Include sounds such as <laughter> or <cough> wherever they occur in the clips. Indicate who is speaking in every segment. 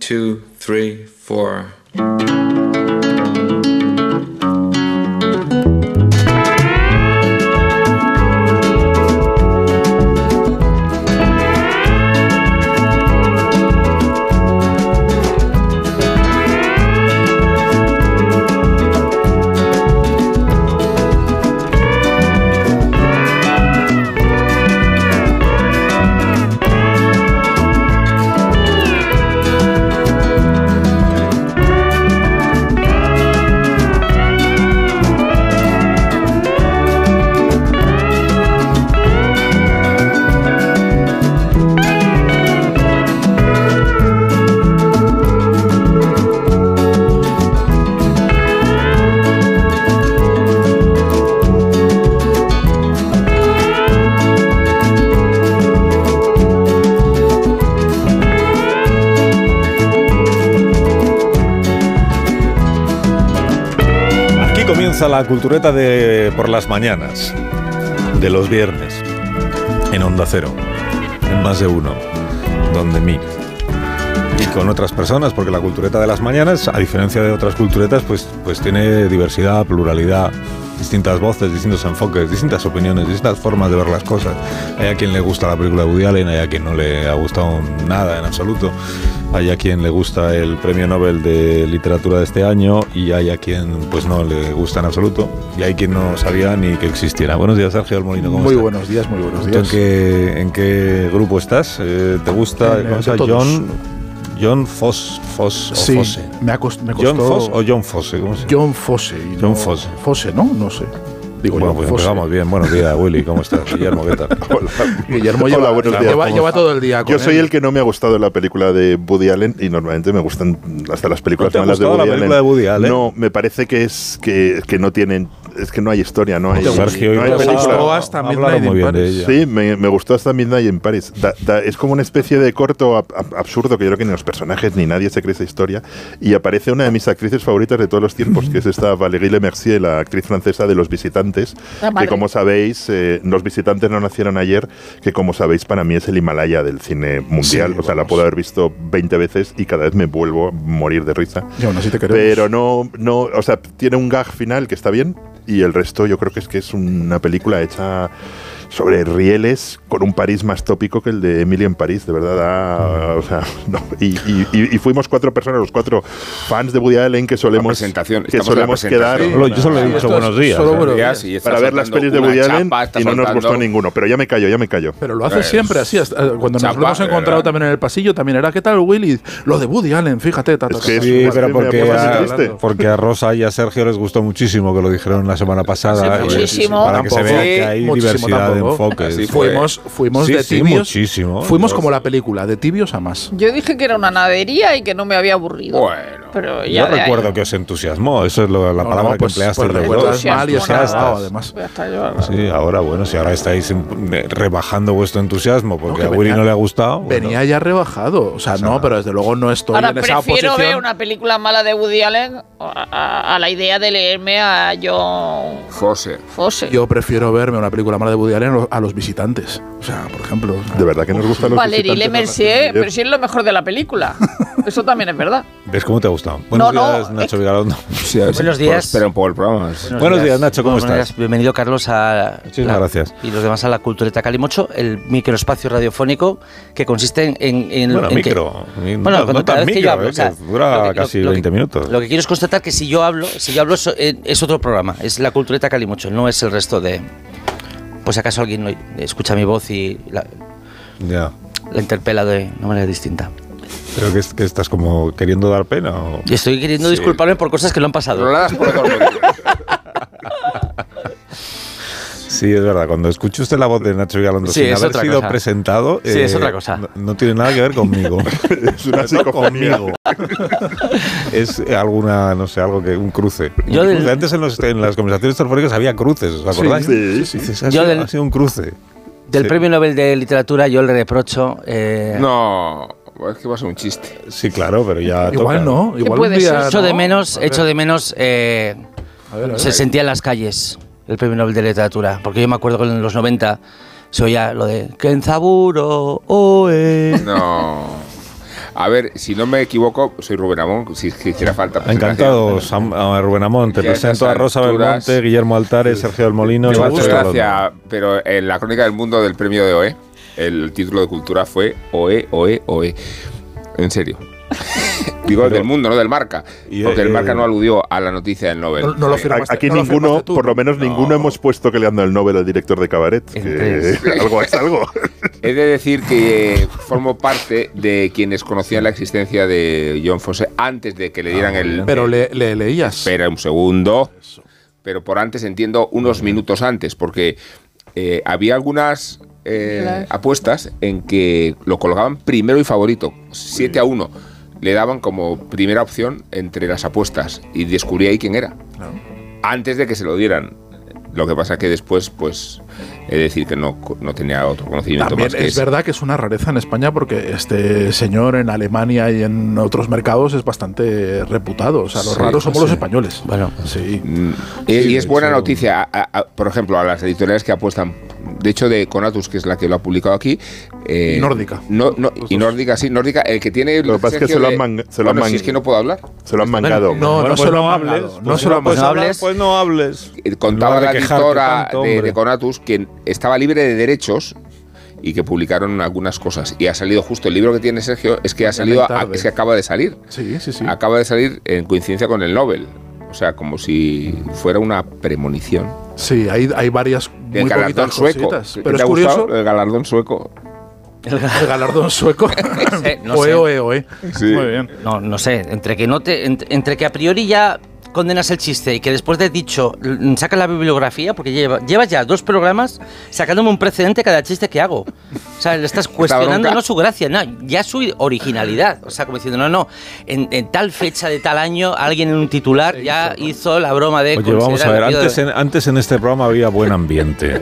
Speaker 1: two, three, four.
Speaker 2: Aquí comienza la cultureta de por las mañanas, de los viernes, en Onda Cero, en más de uno, donde mí. Y con otras personas, porque la cultureta de las mañanas, a diferencia de otras culturetas, pues, pues tiene diversidad, pluralidad, distintas voces, distintos enfoques, distintas opiniones, distintas formas de ver las cosas. Hay a quien le gusta la película de Woody Allen, hay a quien no le ha gustado nada en absoluto, hay a quien le gusta el premio Nobel de literatura de este año y hay a quien pues no le gusta en absoluto y hay quien no sabía ni que existiera. Buenos días, Sergio del Molino, ¿cómo
Speaker 3: Muy
Speaker 2: estás?
Speaker 3: buenos días, muy buenos
Speaker 2: ¿Tú
Speaker 3: días.
Speaker 2: ¿En qué, en qué grupo estás? Eh, ¿Te gusta?
Speaker 3: En el
Speaker 2: ¿Cómo se
Speaker 3: de
Speaker 2: llama?
Speaker 3: todos.
Speaker 2: John, John Foss, Foss o
Speaker 3: sí,
Speaker 2: Fosse.
Speaker 3: me, ha cost- me costó
Speaker 2: John Foss o John Fosse. ¿cómo se llama?
Speaker 3: John Fosse. y
Speaker 2: John
Speaker 3: no-
Speaker 2: Fosse.
Speaker 3: Fosse, ¿no? No sé. Digo
Speaker 2: bueno,
Speaker 3: John
Speaker 2: pues
Speaker 3: Fosse.
Speaker 2: empezamos bien. Buenos días, Willy. ¿Cómo <laughs> estás? Guillermo, ¿qué tal?
Speaker 3: Guillermo
Speaker 4: Hola,
Speaker 3: lleva,
Speaker 4: buenos días,
Speaker 3: lleva,
Speaker 4: ¿cómo
Speaker 3: lleva
Speaker 4: estás?
Speaker 3: todo el día con
Speaker 4: Yo soy
Speaker 3: él.
Speaker 4: el que no me ha gustado la película de Woody Allen y normalmente me gustan hasta las
Speaker 2: ¿No
Speaker 4: películas
Speaker 2: te ha
Speaker 4: malas de
Speaker 2: gustado
Speaker 4: Woody
Speaker 2: la película
Speaker 4: Allen.
Speaker 2: de Woody Allen?
Speaker 4: No, me parece que es que, que no tienen, es que no hay historia, no hay,
Speaker 3: te gustó?
Speaker 2: Sergio y
Speaker 4: no hay
Speaker 3: ¿Te
Speaker 2: Rosa
Speaker 4: película.
Speaker 3: gustó hasta
Speaker 2: hablaron
Speaker 3: Midnight in
Speaker 2: muy bien de
Speaker 3: Paris?
Speaker 2: ella.
Speaker 4: Sí, me, me gustó hasta Midnight en Paris. Da- da- es como una especie de corto ab- ab- absurdo que yo creo que ni los personajes ni nadie se cree esa historia. Y aparece una de mis actrices favoritas de todos los
Speaker 3: <laughs>
Speaker 4: tiempos, que es esta Valérie Lemercier, la actriz francesa de Los
Speaker 3: Ah,
Speaker 4: Visitantes,
Speaker 5: La
Speaker 4: que
Speaker 5: madre.
Speaker 4: como sabéis, eh, Los Visitantes no nacieron ayer, que como sabéis para mí es el Himalaya del cine mundial.
Speaker 3: Sí,
Speaker 4: o sea, la
Speaker 3: vamos.
Speaker 4: puedo haber visto 20 veces y cada vez me vuelvo a morir de risa.
Speaker 3: Y aún así te queremos.
Speaker 4: Pero no, no, o sea, tiene un gag final que está bien y el resto yo creo que es que es una película hecha sobre rieles con un París más tópico que el de Emily en París, de verdad. da- o sea, <laughs> no, y, y- y- y fuimos cuatro personas, los cuatro fans de Woody Allen que solemos,
Speaker 6: presentación,
Speaker 4: que
Speaker 6: estamos en la
Speaker 4: solemos quedar
Speaker 6: presentación.
Speaker 2: Solo- yo solo he
Speaker 3: Sí,
Speaker 2: dicho
Speaker 3: esto es
Speaker 2: buenos días.
Speaker 3: solo
Speaker 2: ¿eh?
Speaker 3: buenos días.
Speaker 6: y está
Speaker 4: para ver las
Speaker 6: soltando
Speaker 4: pelis de
Speaker 6: una
Speaker 4: Woody Allen
Speaker 6: chapa, está
Speaker 4: y no nos
Speaker 6: soltando-
Speaker 4: gustó ninguno. Pero ya me callo, ya me callo.
Speaker 3: Pero lo hace
Speaker 6: Pues,
Speaker 3: siempre así. hasta- cuando nos
Speaker 6: chapa,
Speaker 3: lo hemos
Speaker 6: de
Speaker 3: encontrado
Speaker 6: verdad.
Speaker 3: también en el pasillo, también era ¿qué tal, Willy? Lo de Woody Allen, fíjate. ta, ta,
Speaker 4: Es
Speaker 3: ta, ta.
Speaker 4: que es-
Speaker 2: Sí,
Speaker 4: Pues
Speaker 2: pero
Speaker 4: me
Speaker 2: porque
Speaker 4: pongo así
Speaker 2: a,
Speaker 4: triste.
Speaker 2: porque a Rosa y a Sergio les gustó muchísimo que lo dijeron la semana pasada.
Speaker 6: Sí,
Speaker 2: y
Speaker 5: muchísimo.
Speaker 2: Para que se vea que hay
Speaker 3: Muchísimo
Speaker 2: diversidad de
Speaker 3: tampoco.
Speaker 2: enfoques.
Speaker 6: Así fue.
Speaker 3: Fuimos, fuimos
Speaker 2: Sí,
Speaker 3: de
Speaker 2: sí,
Speaker 3: tibios.
Speaker 2: muchísimo.
Speaker 3: Fuimos
Speaker 2: Yo-
Speaker 3: como la película, de tibios a más.
Speaker 5: Yo dije que era una nadería y que no me había aburrido.
Speaker 6: Bueno.
Speaker 5: pero
Speaker 2: Yo
Speaker 5: ya de ahí-
Speaker 2: recuerdo que os entusiasmó, eso es lo- la
Speaker 3: No,
Speaker 2: palabra
Speaker 3: no, pues-
Speaker 2: que empleaste.
Speaker 3: pues
Speaker 2: los
Speaker 5: Bueno,
Speaker 3: recuerdas
Speaker 2: dos.
Speaker 5: si has
Speaker 3: mal y os
Speaker 5: tomado,
Speaker 2: Entusiastas.
Speaker 3: agravado, además.
Speaker 5: voy a estar yo-
Speaker 2: Sí, ahora bueno, si ahora estáis mm, eh, rebajando vuestro entusiasmo porque
Speaker 3: que
Speaker 2: a Willy
Speaker 3: venía-
Speaker 2: no le ha gustado. bueno.
Speaker 3: Venía ya rebajado. O sea, no, pero desde luego no estoy
Speaker 5: Ahora
Speaker 3: en esa
Speaker 5: prefiero
Speaker 3: posición.
Speaker 5: ver una película mala de Woody Allen a, a- a la idea de leerme a John
Speaker 6: José.
Speaker 5: Fosse.
Speaker 3: Yo prefiero verme una película mala de Woody Allen a los- a los visitantes. O sea, por ejemplo. o sea,
Speaker 4: De verdad que nos gustan los
Speaker 5: Valérie
Speaker 4: visitantes,
Speaker 5: Le Mercier, pero si es lo mejor de la película. Eso también es verdad.
Speaker 2: ¿Ves cómo te ha gustado? Buenos
Speaker 5: no, eh,
Speaker 2: días,
Speaker 5: es
Speaker 2: Nacho
Speaker 5: que-
Speaker 2: Vigalondo.
Speaker 7: Buenos días.
Speaker 6: Pero por el programa.
Speaker 2: Buenos días, Nacho, ¿cómo
Speaker 7: Buenos
Speaker 2: estás?
Speaker 7: días. Bienvenido, Carlos, a.
Speaker 2: Muchísimas
Speaker 7: la-
Speaker 2: gracias.
Speaker 7: Y los demás a la Cultureta Calimocho, el microespacio radiofónico que consiste en. en, en-
Speaker 2: Bueno,
Speaker 7: en que-
Speaker 2: micro.
Speaker 7: bueno,
Speaker 2: No-
Speaker 7: cuando
Speaker 2: no
Speaker 7: cada
Speaker 2: tan
Speaker 7: vez que yo
Speaker 2: micro,
Speaker 7: hablo,
Speaker 2: eh,
Speaker 7: o sea,
Speaker 2: que dura
Speaker 7: lo que- lo-
Speaker 2: casi
Speaker 7: lo que-
Speaker 2: 20 minutos.
Speaker 7: Lo que quiero es constatar que si yo hablo, si yo hablo so- eh, es otro programa, es la Cultureta Calimocho, no es el resto de. Pues si acaso alguien no- escucha mi voz y la,
Speaker 2: <laughs> Ya.
Speaker 7: la interpela de una manera distinta.
Speaker 2: ¿Pero que, es- que estás como queriendo dar pena? o-
Speaker 7: Y estoy queriendo disculparme por cosas que no han pasado.
Speaker 6: Pero lo hagas por otro motivo.
Speaker 2: Sí, es verdad. Cuando escucho usted la voz de Nacho Vigalondo
Speaker 7: Sí,
Speaker 2: sin
Speaker 7: es
Speaker 2: haber
Speaker 7: otra
Speaker 2: sido
Speaker 7: cosa.
Speaker 2: presentado, eh,
Speaker 7: Sí, es otra cosa.
Speaker 2: No, no tiene nada que ver
Speaker 7: <laughs>
Speaker 2: conmigo.
Speaker 4: <laughs> Es una
Speaker 2: No
Speaker 4: psicofonía.
Speaker 2: conmigo. es alguna, no sé, algo que un cruce.
Speaker 7: Yo del-
Speaker 2: Porque Antes en, los- en las conversaciones telefónicas había cruces, ¿os acordáis?
Speaker 4: Sí, sí.
Speaker 2: Dices, ha,
Speaker 7: Yo
Speaker 2: sido,
Speaker 7: del-
Speaker 2: ha sido un cruce.
Speaker 7: Del
Speaker 2: Sí.
Speaker 7: premio Nobel de Literatura yo le reprocho. eh,
Speaker 6: No. Es que va a ser un chiste.
Speaker 2: Sí, claro, pero ya. Ah,
Speaker 3: Igual
Speaker 2: toca.
Speaker 3: no,
Speaker 5: ¿Qué
Speaker 3: igual un
Speaker 5: puede
Speaker 3: día.
Speaker 5: ser?
Speaker 7: Echo de
Speaker 3: no.
Speaker 7: menos,
Speaker 3: A ver,
Speaker 7: echo de menos. eh,
Speaker 3: a ver, a ver.
Speaker 7: se sentía en las calles el premio Nobel de Literatura, porque yo me acuerdo que en los 90 se oía lo de Kenzaburo, oe.
Speaker 6: No. A ver, si no me equivoco, soy Rubén Amón, si es que hiciera falta.
Speaker 2: Encantado, Sam- a Rubén Amón. Te
Speaker 6: Ya a estas
Speaker 2: presento a Rosa
Speaker 6: alturas-
Speaker 2: Belmonte, Guillermo Altares, Sergio del Molino.
Speaker 6: Me
Speaker 2: Nacho
Speaker 6: muchas
Speaker 2: Redondo.
Speaker 6: gracias, pero en la crónica del mundo del premio de OE, el título de cultura fue E, OE, OE, OE. En serio. <laughs> Digo
Speaker 2: Pero-
Speaker 6: del mundo, no del marca.
Speaker 2: Y-
Speaker 6: Porque el
Speaker 2: y-
Speaker 6: marca no aludió a la noticia del Nobel.
Speaker 3: No- no lo
Speaker 6: Eh,
Speaker 3: firmó.
Speaker 4: A-
Speaker 3: firmaste-
Speaker 4: Aquí
Speaker 3: no lo
Speaker 4: ninguno,
Speaker 3: firmaste tú.
Speaker 4: por lo menos
Speaker 6: No.
Speaker 4: ninguno hemos puesto que le han dado el Nobel al director de cabaret.
Speaker 7: En
Speaker 4: que
Speaker 7: tres.
Speaker 4: <laughs> algo es algo.
Speaker 6: He de decir que eh, formo parte de quienes conocían la existencia de John Fosse antes de que le dieran el.
Speaker 3: Pero le, le leías.
Speaker 6: Espera un segundo. Pero por antes entiendo unos minutos antes, porque eh, había algunas eh,
Speaker 5: Claro.
Speaker 6: apuestas en que lo colgaban primero y favorito, 7 a 1. Le daban como primera opción entre las apuestas y descubrí ahí quién era.
Speaker 3: Ah.
Speaker 6: Antes de que se lo dieran. Lo que pasa que después, pues, he de decir que no, co- no tenía otro conocimiento
Speaker 3: También
Speaker 6: más que
Speaker 3: es
Speaker 6: ese.
Speaker 3: verdad que es una rareza en España porque este señor en Alemania y en otros mercados es bastante reputado. O sea, los
Speaker 6: Sí,
Speaker 3: raros somos los
Speaker 6: sí.
Speaker 3: españoles.
Speaker 7: Bueno.
Speaker 3: sí.
Speaker 6: Mm, y- y es buena noticia, a- a- a- por ejemplo, a las editoriales que apuestan. De hecho, de Conatus, que es la que lo ha publicado aquí. eh,
Speaker 3: Y Nórdica.
Speaker 6: No, no, y Nórdica, sí, Nórdica. El que tiene.
Speaker 4: Lo que pasa es que
Speaker 6: Sergio
Speaker 4: se lo
Speaker 6: de-
Speaker 4: han manga- se lo han
Speaker 6: Bueno, si
Speaker 4: manga-
Speaker 6: es que no puedo hablar.
Speaker 4: Se lo han
Speaker 3: No,
Speaker 4: mangado.
Speaker 2: Bueno,
Speaker 3: no
Speaker 2: pues
Speaker 3: se lo
Speaker 2: no
Speaker 3: han
Speaker 2: hables,
Speaker 3: hables. No
Speaker 2: pues
Speaker 3: se lo han
Speaker 2: no
Speaker 7: mandado.
Speaker 2: hables.
Speaker 7: hables.
Speaker 2: Pues no hables.
Speaker 6: Eh, Contaba
Speaker 2: En lugar de
Speaker 6: la
Speaker 2: quejarte
Speaker 6: editora
Speaker 2: tanto,
Speaker 6: de- de,
Speaker 2: hombre.
Speaker 6: Conatus que estaba libre de derechos y que publicaron algunas cosas. Y ha salido justo el libro que tiene Sergio, es que ha salido. a-
Speaker 3: tarde.
Speaker 6: es que acaba de salir.
Speaker 3: Sí, sí, sí.
Speaker 6: Acaba de salir en coincidencia con el Nobel. O sea, como si fuera una premonición.
Speaker 3: Sí, hay, hay varias muy
Speaker 6: El galardón
Speaker 3: poquitas
Speaker 6: sueco.
Speaker 3: cositas.
Speaker 6: ¿Qué
Speaker 3: Pero
Speaker 6: te
Speaker 3: es
Speaker 6: ha
Speaker 3: curioso,
Speaker 6: gustado? El galardón sueco.
Speaker 3: el galardón
Speaker 5: <laughs>
Speaker 3: sueco.
Speaker 7: sé, no
Speaker 3: oe,
Speaker 7: sé.
Speaker 3: oe, oe.
Speaker 6: Sí.
Speaker 3: Muy bien.
Speaker 7: No, no sé, entre que no te, ent- entre, que a priori ya condenas el chiste y que después de dicho l- saca la bibliografía, porque lleva, llevas ya dos programas sacándome un precedente cada chiste que hago. O sea, le
Speaker 2: <laughs>
Speaker 7: estás cuestionando
Speaker 6: bronca.
Speaker 7: no su gracia, no, ya su originalidad. O sea, como diciendo, no, no, en, en tal fecha de tal año alguien en un titular ya hizo la broma de...
Speaker 2: Oye, vamos a
Speaker 7: considerar
Speaker 2: ver,
Speaker 7: el
Speaker 2: antes
Speaker 7: periodo
Speaker 2: en, antes en este programa había buen ambiente.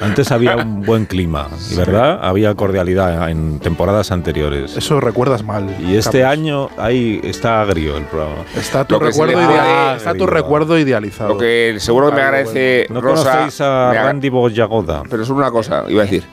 Speaker 2: Antes había un
Speaker 7: <laughs>
Speaker 2: buen clima, y ¿verdad? Había cordialidad en temporadas anteriores.
Speaker 3: Eso recuerdas mal.
Speaker 2: Y este
Speaker 3: Carlos.
Speaker 2: año ahí está agrio el programa.
Speaker 3: Está tu,
Speaker 6: Lo que se
Speaker 3: recuerdo,
Speaker 6: le puede-
Speaker 3: idea- está tu
Speaker 2: Arriba.
Speaker 3: recuerdo idealizado.
Speaker 6: Lo que seguro que me agradece
Speaker 2: No
Speaker 6: Rosa.
Speaker 2: conocéis a
Speaker 6: me agra-
Speaker 2: Randy Boyagoda.
Speaker 6: Pero solo una cosa, iba a decir.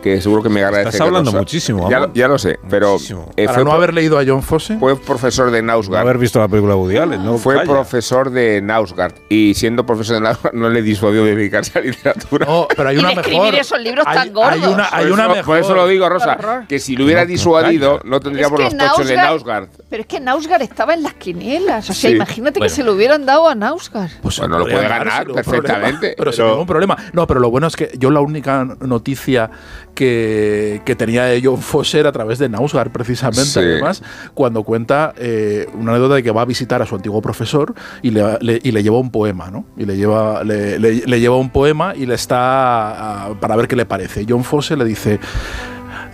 Speaker 6: Que seguro que me agradece.
Speaker 2: Estás
Speaker 6: que
Speaker 2: hablando
Speaker 6: Rosa-
Speaker 2: muchísimo,
Speaker 6: Ya,
Speaker 2: amor.
Speaker 6: lo- ya lo sé, pero.
Speaker 2: Muchísimo.
Speaker 3: Para
Speaker 6: eh, fue, Pues-
Speaker 3: no
Speaker 6: pro-
Speaker 3: haber leído a John Fosse.
Speaker 6: fue profesor de
Speaker 2: No
Speaker 6: Nausgard.
Speaker 2: haber visto la película de Woody Allen, ¿no?
Speaker 6: ¡Ah! fue
Speaker 2: Calla.
Speaker 6: profesor de Nausgard. Y siendo profesor de Nausgard, no le dissuadió de dedicarse a literatura.
Speaker 3: No, pero hay
Speaker 5: <laughs> Y
Speaker 3: una
Speaker 5: de escribir
Speaker 3: mejor.
Speaker 5: esos libros
Speaker 3: hay,
Speaker 5: tan
Speaker 3: Hay
Speaker 5: gordos.
Speaker 3: una, hay
Speaker 6: por,
Speaker 3: una
Speaker 6: eso,
Speaker 3: mejor.
Speaker 6: por eso lo digo,
Speaker 5: Qué horror.
Speaker 6: Rosa, que si lo hubiera
Speaker 2: No, no,
Speaker 6: disuadido,
Speaker 2: calla.
Speaker 6: no tendríamos
Speaker 5: Es
Speaker 6: los
Speaker 5: que
Speaker 6: tochos de
Speaker 5: Nausgard-
Speaker 6: Nausgard.
Speaker 5: Pero es que Nausgard estaba en las quinielas. O sea,
Speaker 6: Sí.
Speaker 5: imagínate
Speaker 7: Bueno.
Speaker 5: que se lo hubieran dado a Nausgard.
Speaker 3: Pues
Speaker 6: Bueno, lo
Speaker 3: podría
Speaker 6: puede
Speaker 3: ganar
Speaker 6: ganar
Speaker 3: sin ningún problema,
Speaker 6: perfectamente.
Speaker 3: pero sin
Speaker 4: Pero-
Speaker 3: ningún problema. No, pero lo bueno es que yo la única noticia que, que tenía de John Fosse era a través de Nausgard, precisamente,
Speaker 6: Sí.
Speaker 3: además, cuando cuenta eh, una anécdota de que va a visitar a su antiguo profesor y le, le- y le lleva un poema, ¿no? Y le lleva, le, le- le lleva un poema y le está ah, para ver qué le parece. John Fosse le dice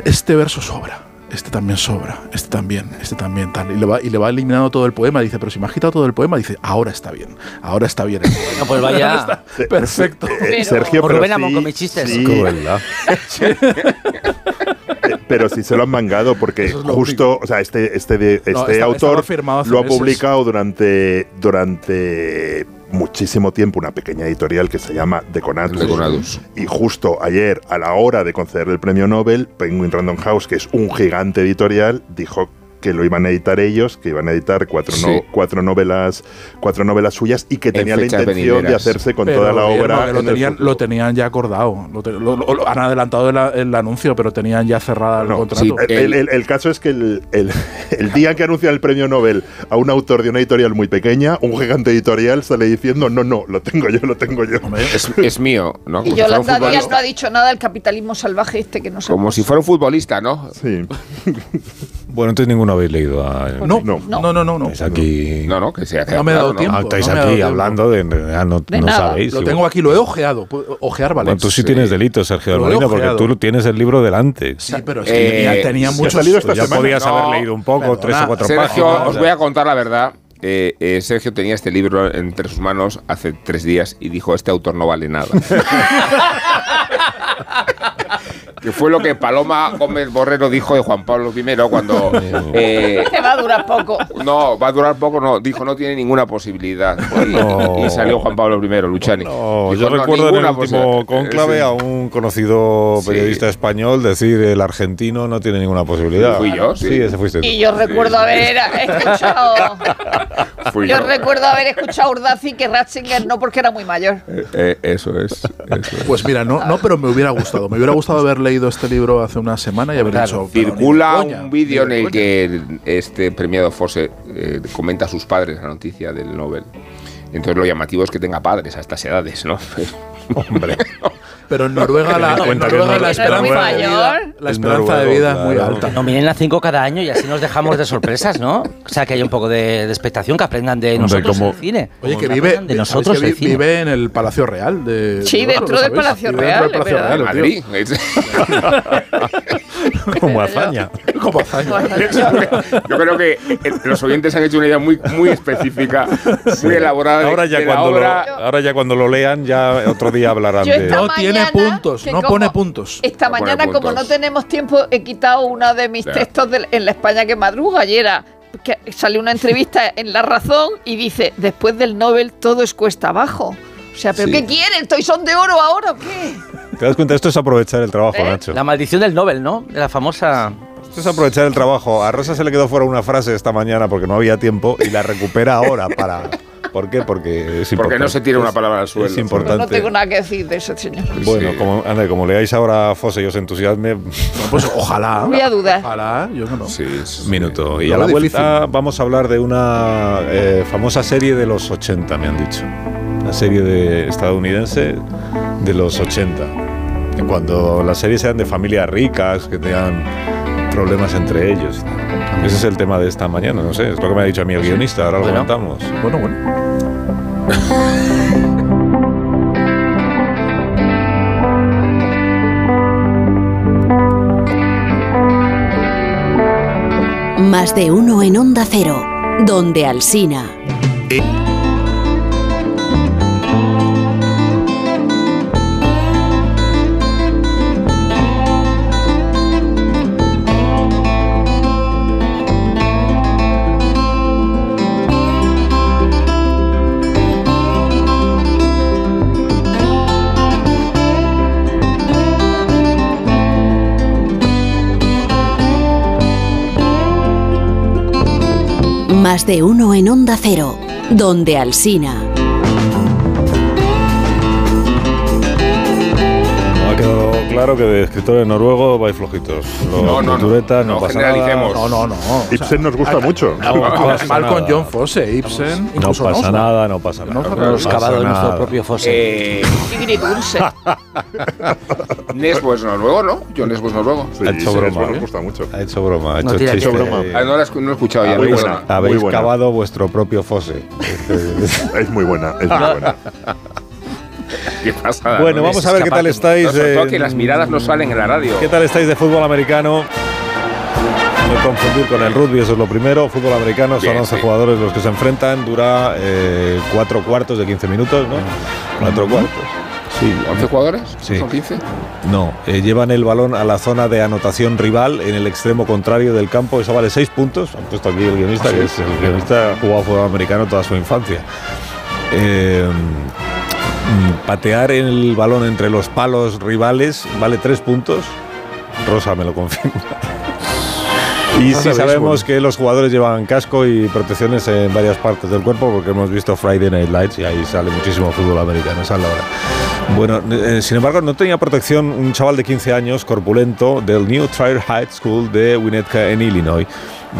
Speaker 3: este verso sobra. Este también sobra, este también, este también, tal. Y le, va, y le va eliminando todo el poema. Dice, pero si me has quitado todo el poema, dice, ahora está bien, ahora está bien. el poema".
Speaker 7: No,
Speaker 2: <laughs>
Speaker 3: <laughs>
Speaker 7: pues vaya...
Speaker 3: Perfecto.
Speaker 4: Eh,
Speaker 5: Pero-
Speaker 4: Sergio,
Speaker 7: O
Speaker 4: pero
Speaker 7: Rubén
Speaker 4: sí-
Speaker 7: Amón con mis chistes.
Speaker 4: sí,
Speaker 2: Crueldad.
Speaker 4: eh, pero sí se lo han mangado porque
Speaker 3: Eso es lo
Speaker 4: justo, o sea, este, este, de- este
Speaker 3: No, estaba-
Speaker 4: autor
Speaker 3: estaba firmado hace
Speaker 4: lo ha
Speaker 3: meses.
Speaker 4: publicado durante, durante muchísimo tiempo una pequeña editorial que se llama Deconatus.
Speaker 6: Deconatus.
Speaker 4: Y justo ayer, a la hora de conceder el premio Nobel, Penguin Random House, que es un gigante editorial, dijo que lo iban a editar ellos, que iban a editar cuatro,
Speaker 6: Sí.
Speaker 4: no- cuatro novelas cuatro novelas suyas y que tenían la
Speaker 6: fechas
Speaker 4: intención de
Speaker 6: venideras.
Speaker 4: hacerse con
Speaker 3: Pero,
Speaker 4: toda la
Speaker 3: Guillermo,
Speaker 4: obra.
Speaker 3: que lo,
Speaker 4: en el
Speaker 3: tenían,
Speaker 4: futuro.
Speaker 3: lo tenían ya acordado. Lo, te- lo- lo- lo han adelantado el, a- el anuncio, pero tenían ya cerrada el
Speaker 4: No,
Speaker 3: contrato.
Speaker 6: sí, eh,
Speaker 4: El, el- el caso es que el, el- <laughs> el día en que anuncian el premio Nobel a un autor de una editorial muy pequeña, un gigante editorial sale diciendo, no, no, lo tengo yo, lo tengo yo.
Speaker 3: Hombre,
Speaker 6: Es, es mío, ¿no?
Speaker 5: Y
Speaker 6: si fuera un
Speaker 5: Yolanda Díaz no
Speaker 6: futbolista.
Speaker 5: ha dicho nada del capitalismo salvaje este que no se
Speaker 6: Como si fuera un futbolista, ¿no?
Speaker 4: Sí.
Speaker 2: Bueno, entonces ninguno habéis leído a.
Speaker 3: no, no,
Speaker 4: no.
Speaker 3: no, no, no.
Speaker 2: Estáis aquí.
Speaker 6: No, no, que se hace.
Speaker 3: No me he dado
Speaker 6: claro,
Speaker 3: tiempo.
Speaker 2: Ah, estáis
Speaker 3: no me ha dado
Speaker 2: aquí
Speaker 3: tiempo.
Speaker 2: hablando de. ah, no
Speaker 5: De
Speaker 2: no
Speaker 5: nada.
Speaker 2: sabéis.
Speaker 3: Lo tengo aquí, lo he ojeado. Pu- Ojear, vale.
Speaker 2: Bueno, tú sí, tienes delito, Sergio del
Speaker 3: Lo he
Speaker 2: Molino, porque
Speaker 3: ojeado.
Speaker 2: tú lo tienes el libro delante.
Speaker 3: Sí, pero es que
Speaker 6: Eh,
Speaker 3: ya tenía
Speaker 6: ha
Speaker 3: muchos. pues
Speaker 4: salido esta
Speaker 2: ya
Speaker 4: semana.
Speaker 2: podías
Speaker 6: No,
Speaker 2: haber leído un poco,
Speaker 3: perdona.
Speaker 2: tres o cuatro
Speaker 6: Sergio,
Speaker 2: páginas.
Speaker 6: os voy a contar la verdad. Eh, eh, Sergio tenía este libro entre sus manos hace tres días y dijo, este autor no vale nada. <laughs> que fue lo que Paloma Gómez Borrero dijo de Juan Pablo I cuando... eh,
Speaker 5: <laughs> Que va a durar poco.
Speaker 6: no, va a durar poco, no. Dijo, no tiene ninguna posibilidad.
Speaker 2: <laughs>
Speaker 6: Y,
Speaker 2: No.
Speaker 6: y salió Juan Pablo I, Luchani.
Speaker 2: No,
Speaker 6: Dijo,
Speaker 2: yo
Speaker 6: "No,
Speaker 2: recuerdo en el
Speaker 6: ninguna
Speaker 2: último
Speaker 6: posibilidad".
Speaker 2: cónclave
Speaker 6: Sí.
Speaker 2: a un conocido
Speaker 6: Sí.
Speaker 2: periodista español decir el argentino no tiene ninguna posibilidad.
Speaker 6: Fui yo, sí.
Speaker 2: ese fuiste tú.
Speaker 5: Y yo recuerdo haber escuchado.
Speaker 6: Fui
Speaker 5: Yo recuerdo haber escuchado a Urdazi que Ratzinger no porque era muy mayor.
Speaker 6: Eh, eh, eso es. Eso es.
Speaker 3: Pues mira, no, no, pero me hubiera gustado. Me hubiera gustado haber leído este libro hace una semana y haber dicho. pero
Speaker 6: Circula
Speaker 3: ni de coña,
Speaker 6: un vídeo en
Speaker 3: ni de
Speaker 6: el
Speaker 3: coña.
Speaker 6: que el- este premiado Fosse eh, comenta a sus padres la noticia del Nobel. Entonces lo llamativo es que tenga padres a estas edades, ¿no? Hombre.
Speaker 3: Pero en Noruega la,
Speaker 2: Ten en
Speaker 3: en
Speaker 2: cuenta que
Speaker 3: Noruega
Speaker 2: en
Speaker 3: la
Speaker 2: Noruega-
Speaker 3: esperanza de vida,
Speaker 5: Noruega-
Speaker 3: la esperanza de
Speaker 2: Noruego,
Speaker 3: vida es muy
Speaker 2: claro.
Speaker 3: alta.
Speaker 7: No miren a cinco cada año y así nos dejamos de sorpresas, ¿no? O sea, que hay un poco de, de expectación, que aprendan de nosotros
Speaker 2: como-
Speaker 7: el cine.
Speaker 3: Oye, que
Speaker 7: Aprendan
Speaker 3: vive,
Speaker 7: de
Speaker 3: ¿sabéis
Speaker 7: nosotros
Speaker 3: que
Speaker 7: el
Speaker 3: vi-
Speaker 7: cine.
Speaker 3: vive en el Palacio Real. De,
Speaker 5: Sí,
Speaker 3: de Noruega,
Speaker 5: dentro
Speaker 3: ¿lo
Speaker 5: del
Speaker 3: sabéis?
Speaker 5: Palacio
Speaker 3: Vive dentro
Speaker 5: Real,
Speaker 3: del
Speaker 5: es
Speaker 3: Palacio
Speaker 5: verdad.
Speaker 3: Real, el tío. <laughs>
Speaker 6: Madrid.
Speaker 2: Como hazaña.
Speaker 3: Como hazaña.
Speaker 6: <laughs> Yo creo que eh, los oyentes han hecho una idea muy, muy específica, muy elaborada. de-
Speaker 2: Ahora ya,
Speaker 6: de la
Speaker 2: cuando lo,
Speaker 6: obra.
Speaker 2: ahora ya cuando lo lean, ya otro día hablarán
Speaker 5: Yo
Speaker 2: de...
Speaker 5: esta
Speaker 3: No tiene
Speaker 5: mañana,
Speaker 3: puntos,
Speaker 5: que
Speaker 3: no pone puntos.
Speaker 5: Esta
Speaker 6: No pone
Speaker 5: mañana, como
Speaker 6: puntos.
Speaker 5: no tenemos tiempo, he quitado uno de mis
Speaker 6: Ya.
Speaker 5: textos de- en la España que madruga ayer. Que salió una entrevista en La Razón y dice: Después del Nobel todo es cuesta abajo. O sea, ¿pero
Speaker 6: Sí.
Speaker 5: qué quieren? ¿Estoy son de oro ahora o qué?
Speaker 2: ¿Te das cuenta? Esto es aprovechar el trabajo,
Speaker 5: ¿Eh?
Speaker 2: Nacho.
Speaker 7: La maldición del Nobel, ¿no? De la famosa...
Speaker 2: Esto es aprovechar el trabajo. A Rosa se le quedó fuera una frase esta mañana porque no había tiempo y la recupera ahora para... ¿Por qué? Porque es importante.
Speaker 6: Porque no se tira una
Speaker 2: Es-
Speaker 6: palabra al suelo.
Speaker 2: Es importante.
Speaker 5: Pues No tengo nada que decir de eso, señor.
Speaker 2: Bueno,
Speaker 6: Sí.
Speaker 2: como, anda, como leáis ahora a Fosse y os entusiasme,
Speaker 3: Bueno, pues ojalá.
Speaker 5: Voy a dudar.
Speaker 3: Ojalá, yo no.
Speaker 6: Sí, sí.
Speaker 2: minuto. Y
Speaker 3: Lo
Speaker 2: a la
Speaker 3: veo
Speaker 2: vuelta vamos a hablar de una eh, famosa serie de los 80, me han dicho. Una serie de estadounidense de los 80. Cuando las series eran de familias ricas, que tenían problemas entre ellos. y tal. Ese es el tema de esta mañana, no sé, es lo que me ha dicho a mí el guionista, ahora lo
Speaker 7: Bueno.
Speaker 2: comentamos.
Speaker 3: Bueno, bueno.
Speaker 8: Más de uno en Onda Cero, donde Alsina. Más de uno en Onda Cero, donde Alsina.
Speaker 2: No ha quedado claro que de escritores noruegos vais flojitos. Los
Speaker 6: No, no, no.
Speaker 2: cultureta, no,
Speaker 6: No
Speaker 2: pasa nada.
Speaker 6: generalicemos.
Speaker 3: No, no, no. O sea,
Speaker 4: Ibsen nos gusta mucho.
Speaker 3: no,
Speaker 2: no
Speaker 3: mal-
Speaker 2: pasa
Speaker 3: mal con
Speaker 2: nada.
Speaker 3: John Fosse, Ibsen.
Speaker 2: No
Speaker 3: incluso
Speaker 2: pasa
Speaker 3: Oslo.
Speaker 2: nada, no pasa nada.
Speaker 3: No
Speaker 2: No
Speaker 7: Hemos
Speaker 2: pasa
Speaker 7: cavado en nuestro
Speaker 2: nada.
Speaker 7: propio foso.
Speaker 6: Eh,
Speaker 5: Agridulce.
Speaker 6: Nesbo es noruego, pues ¿no? Yo pues Nesbo es noruego.
Speaker 4: Sí,
Speaker 2: Ha hecho
Speaker 4: sí,
Speaker 2: broma, ¿eh?
Speaker 4: Nos gusta
Speaker 2: <laughs>
Speaker 4: mucho.
Speaker 2: Ha hecho broma, ha
Speaker 7: No
Speaker 2: hecho
Speaker 7: tira que
Speaker 2: chiste.
Speaker 4: ser. Broma.
Speaker 6: Ah, no, la he escu- no he escuchado ya.
Speaker 4: Ah,
Speaker 6: muy
Speaker 4: muy
Speaker 6: buena.
Speaker 4: buena.
Speaker 2: Habéis
Speaker 4: buena.
Speaker 2: cavado vuestro propio fose.
Speaker 4: Es muy buena, es muy buena.
Speaker 6: Qué pasada,
Speaker 2: Bueno,
Speaker 6: ¿no?
Speaker 2: vamos a ver qué
Speaker 7: capaz
Speaker 2: tal
Speaker 7: de-
Speaker 2: estáis.
Speaker 6: No, sobre todo
Speaker 2: eh,
Speaker 6: que las miradas no salen en la radio.
Speaker 2: <laughs> ¿Qué tal estáis de fútbol americano? No confundir con el rugby, eso es lo primero. Fútbol americano son
Speaker 6: Bien,
Speaker 2: 11
Speaker 6: sí.
Speaker 2: jugadores los que se enfrentan. Dura eh, cuatro cuartos de 15 minutos, ¿no? Cuatro cuartos. Sí,
Speaker 6: ¿11 jugadores?
Speaker 2: Sí.
Speaker 6: ¿Son 15?
Speaker 2: No, eh, llevan el balón a la zona de anotación rival en el extremo contrario del campo. Eso vale seis puntos. Han puesto aquí el guionista, que es el guionista ha jugado fútbol americano toda su infancia. Eh, mm, patear el balón entre los palos rivales vale tres puntos. Rosa me lo confirma. Y
Speaker 3: Rosa
Speaker 2: sí
Speaker 3: de
Speaker 2: sabemos
Speaker 3: béisbol.
Speaker 2: que los jugadores llevan casco y protecciones en varias partes del cuerpo porque hemos visto Friday Night Lights y ahí sale muchísimo fútbol americano, esa es la hora. Bueno, eh, sin embargo, no tenía protección un chaval de 15 años, corpulento, del New Trier High School de Winnetka en Illinois.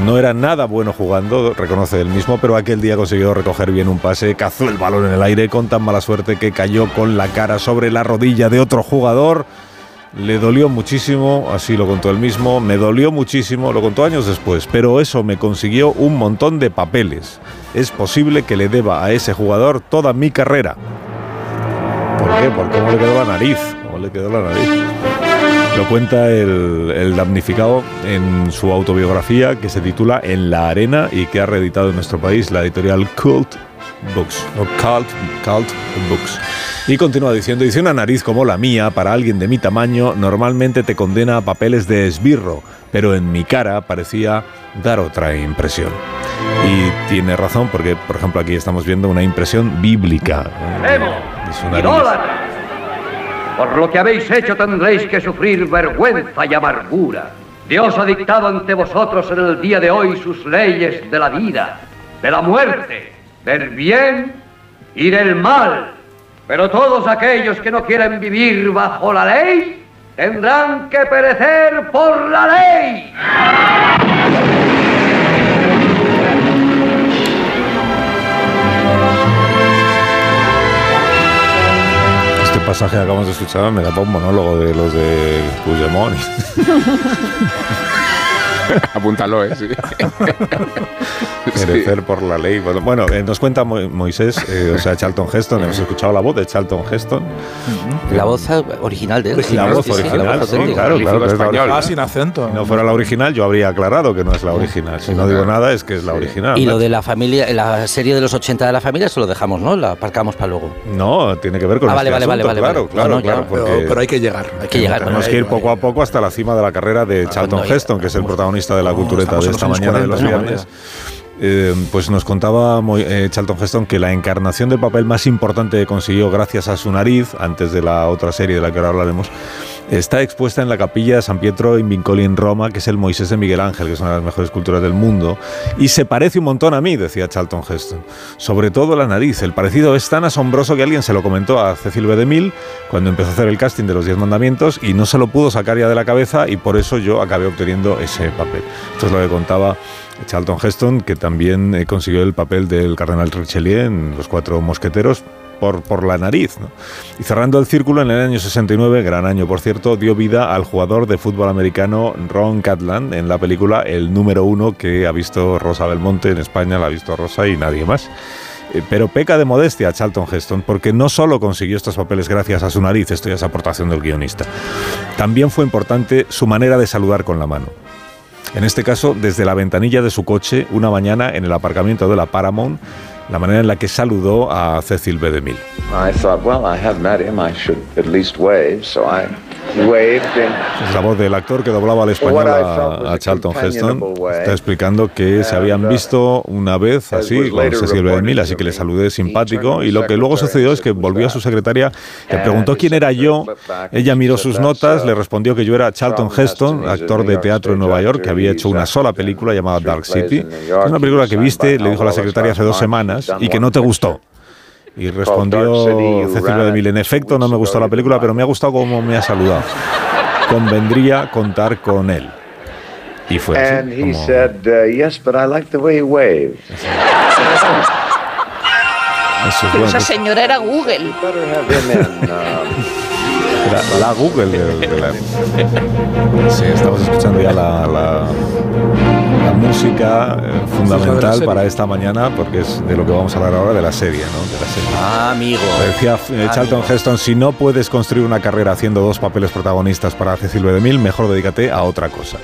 Speaker 2: No era nada bueno jugando, reconoce él mismo, pero aquel día consiguió recoger bien un pase, cazó el balón en el aire con tan mala suerte que cayó con la cara sobre la rodilla de otro jugador. Le dolió muchísimo, así lo contó él mismo, me dolió muchísimo, lo contó años después, pero eso me consiguió un montón de papeles. Es posible que le deba a ese jugador toda mi carrera. ¿Por qué? Por cómo le quedó la nariz. ¿Cómo le quedó la nariz? Lo cuenta el, el damnificado en su autobiografía que se titula En la arena y que ha reeditado en nuestro país la editorial Cult Books, o Cult, Cult Books. Y continúa diciendo, dice una nariz como la mía, para alguien de mi tamaño, normalmente te condena a papeles de esbirro, pero en mi cara parecía dar otra impresión. Y tiene razón, porque, por ejemplo, aquí estamos viendo una impresión bíblica. Es una nariz.
Speaker 9: ¡Idólatras! Por lo que habéis hecho tendréis que sufrir vergüenza y amargura. Dios ha dictado ante vosotros en el día de hoy sus leyes de la vida, de la muerte, del bien y del mal. Pero todos aquellos que no quieren vivir bajo la ley tendrán que perecer por la ley.
Speaker 2: Este pasaje que acabamos de escuchar me da para un monólogo de los de Puigdemont.
Speaker 6: Apúntalo, ¿eh? Sí.
Speaker 2: Perecer por la ley. Bueno, bueno, eh, nos cuenta Mo- Moisés, eh, o sea, Charlton Heston. Hemos escuchado la voz de Charlton Heston.
Speaker 7: La voz original de él.
Speaker 2: Pues La
Speaker 7: sí,
Speaker 2: voz
Speaker 7: sí, sí, la
Speaker 2: original,
Speaker 7: voz
Speaker 2: sí,
Speaker 7: auténtica.
Speaker 2: claro, claro. que es la
Speaker 6: español.
Speaker 2: original.
Speaker 3: Ah, sin acento.
Speaker 2: Si no fuera la original, yo habría aclarado que no es la original. Si no digo nada, es que es la original.
Speaker 7: Y lo de la familia, la serie de los 80 de la familia, se lo dejamos, ¿no? La aparcamos para luego.
Speaker 2: No, tiene que ver con
Speaker 7: Ah,
Speaker 2: este
Speaker 7: vale, vale,
Speaker 2: asunto,
Speaker 7: vale, vale,
Speaker 2: claro,
Speaker 7: vale.
Speaker 2: claro,
Speaker 7: No, no,
Speaker 2: claro,
Speaker 7: ya.
Speaker 3: pero,
Speaker 2: porque
Speaker 3: pero hay que llegar. Hay
Speaker 7: que llegar,
Speaker 2: tenemos
Speaker 7: Ahí,
Speaker 2: que ir poco a poco hasta la cima de la carrera de Charlton
Speaker 7: no, Ah, ya.
Speaker 2: Heston, que es el protagonista de la
Speaker 3: No,
Speaker 2: cultureta
Speaker 3: estamos
Speaker 2: de
Speaker 3: en los
Speaker 2: esta
Speaker 3: años
Speaker 2: mañana de los
Speaker 3: 40,
Speaker 2: viernes. Eh, pues nos contaba Mo- eh, Charlton Heston que la encarnación del papel más importante que consiguió gracias a su nariz, antes de la otra serie de la que ahora hablaremos, está expuesta en la capilla de San Pietro in Vincoli en Roma, que es el Moisés de Miguel Ángel, que es una de las mejores culturas del mundo, y se parece un montón a mí, decía Charlton Heston. Sobre todo la nariz, el parecido es tan asombroso que alguien se lo comentó a Cecil B. DeMille cuando empezó a hacer el casting de los Diez Mandamientos y no se lo pudo sacar ya de la cabeza y por eso yo acabé obteniendo ese papel. Esto es lo que contaba Charlton Heston, que también eh, consiguió el papel del cardenal Richelieu en Los Cuatro Mosqueteros por, por la nariz. ¿no? Y cerrando el círculo, en el año 69, gran año por cierto, dio vida al jugador de fútbol americano Ron Catland en la película El número uno que ha visto Rosa Belmonte en España, la ha visto Rosa y nadie más. Eh, Pero peca de modestia Charlton Heston porque no solo consiguió estos papeles gracias a su nariz, esto ya es aportación del guionista, también fue importante su manera de saludar con la mano. En este caso, desde la ventanilla de su coche, una mañana en el aparcamiento de la Paramount, la manera en la que saludó a Cecil B. DeMille.
Speaker 10: I thought, well, I have met him. I should at least wave. So I waved and
Speaker 2: Es la voz del actor que doblaba al español a, a Charlton Heston. Está explicando que se
Speaker 10: uh,
Speaker 2: habían visto una vez así con Cecil B. DeMille, así que le saludé simpático. Y lo que luego sucedió es que volvió a su secretaria, le preguntó quién era yo. Ella miró sus notas, le respondió que yo era Charlton Heston, actor de teatro en Nueva York, que había hecho una sola película llamada Dark City. Es una película que viste, le dijo la secretaria hace dos semanas, y que no te gustó. Y respondió Cecil de Mil, en efecto no me gustó la película, pero me ha gustado cómo me ha saludado. Convendría contar con él. Y fue
Speaker 10: and
Speaker 2: así.
Speaker 10: he
Speaker 2: pues, como-
Speaker 10: said, uh, yes, but I like the way he waved.
Speaker 2: Eso es
Speaker 5: Pero
Speaker 2: bueno,
Speaker 5: esa
Speaker 2: pues,
Speaker 5: señora era Google.
Speaker 10: Better have him <laughs> in. Um,
Speaker 2: era la Google de, de la- Sí, estamos escuchando ya la, la- la música eh, fundamental para esta mañana, porque es de lo que vamos a hablar ahora, de la serie, ¿no? De la serie.
Speaker 7: Ah, amigo.
Speaker 2: Decía eh, Charlton Heston, si no puedes construir una carrera haciendo dos papeles protagonistas para Cecil B. DeMille, mejor dedícate a otra cosa.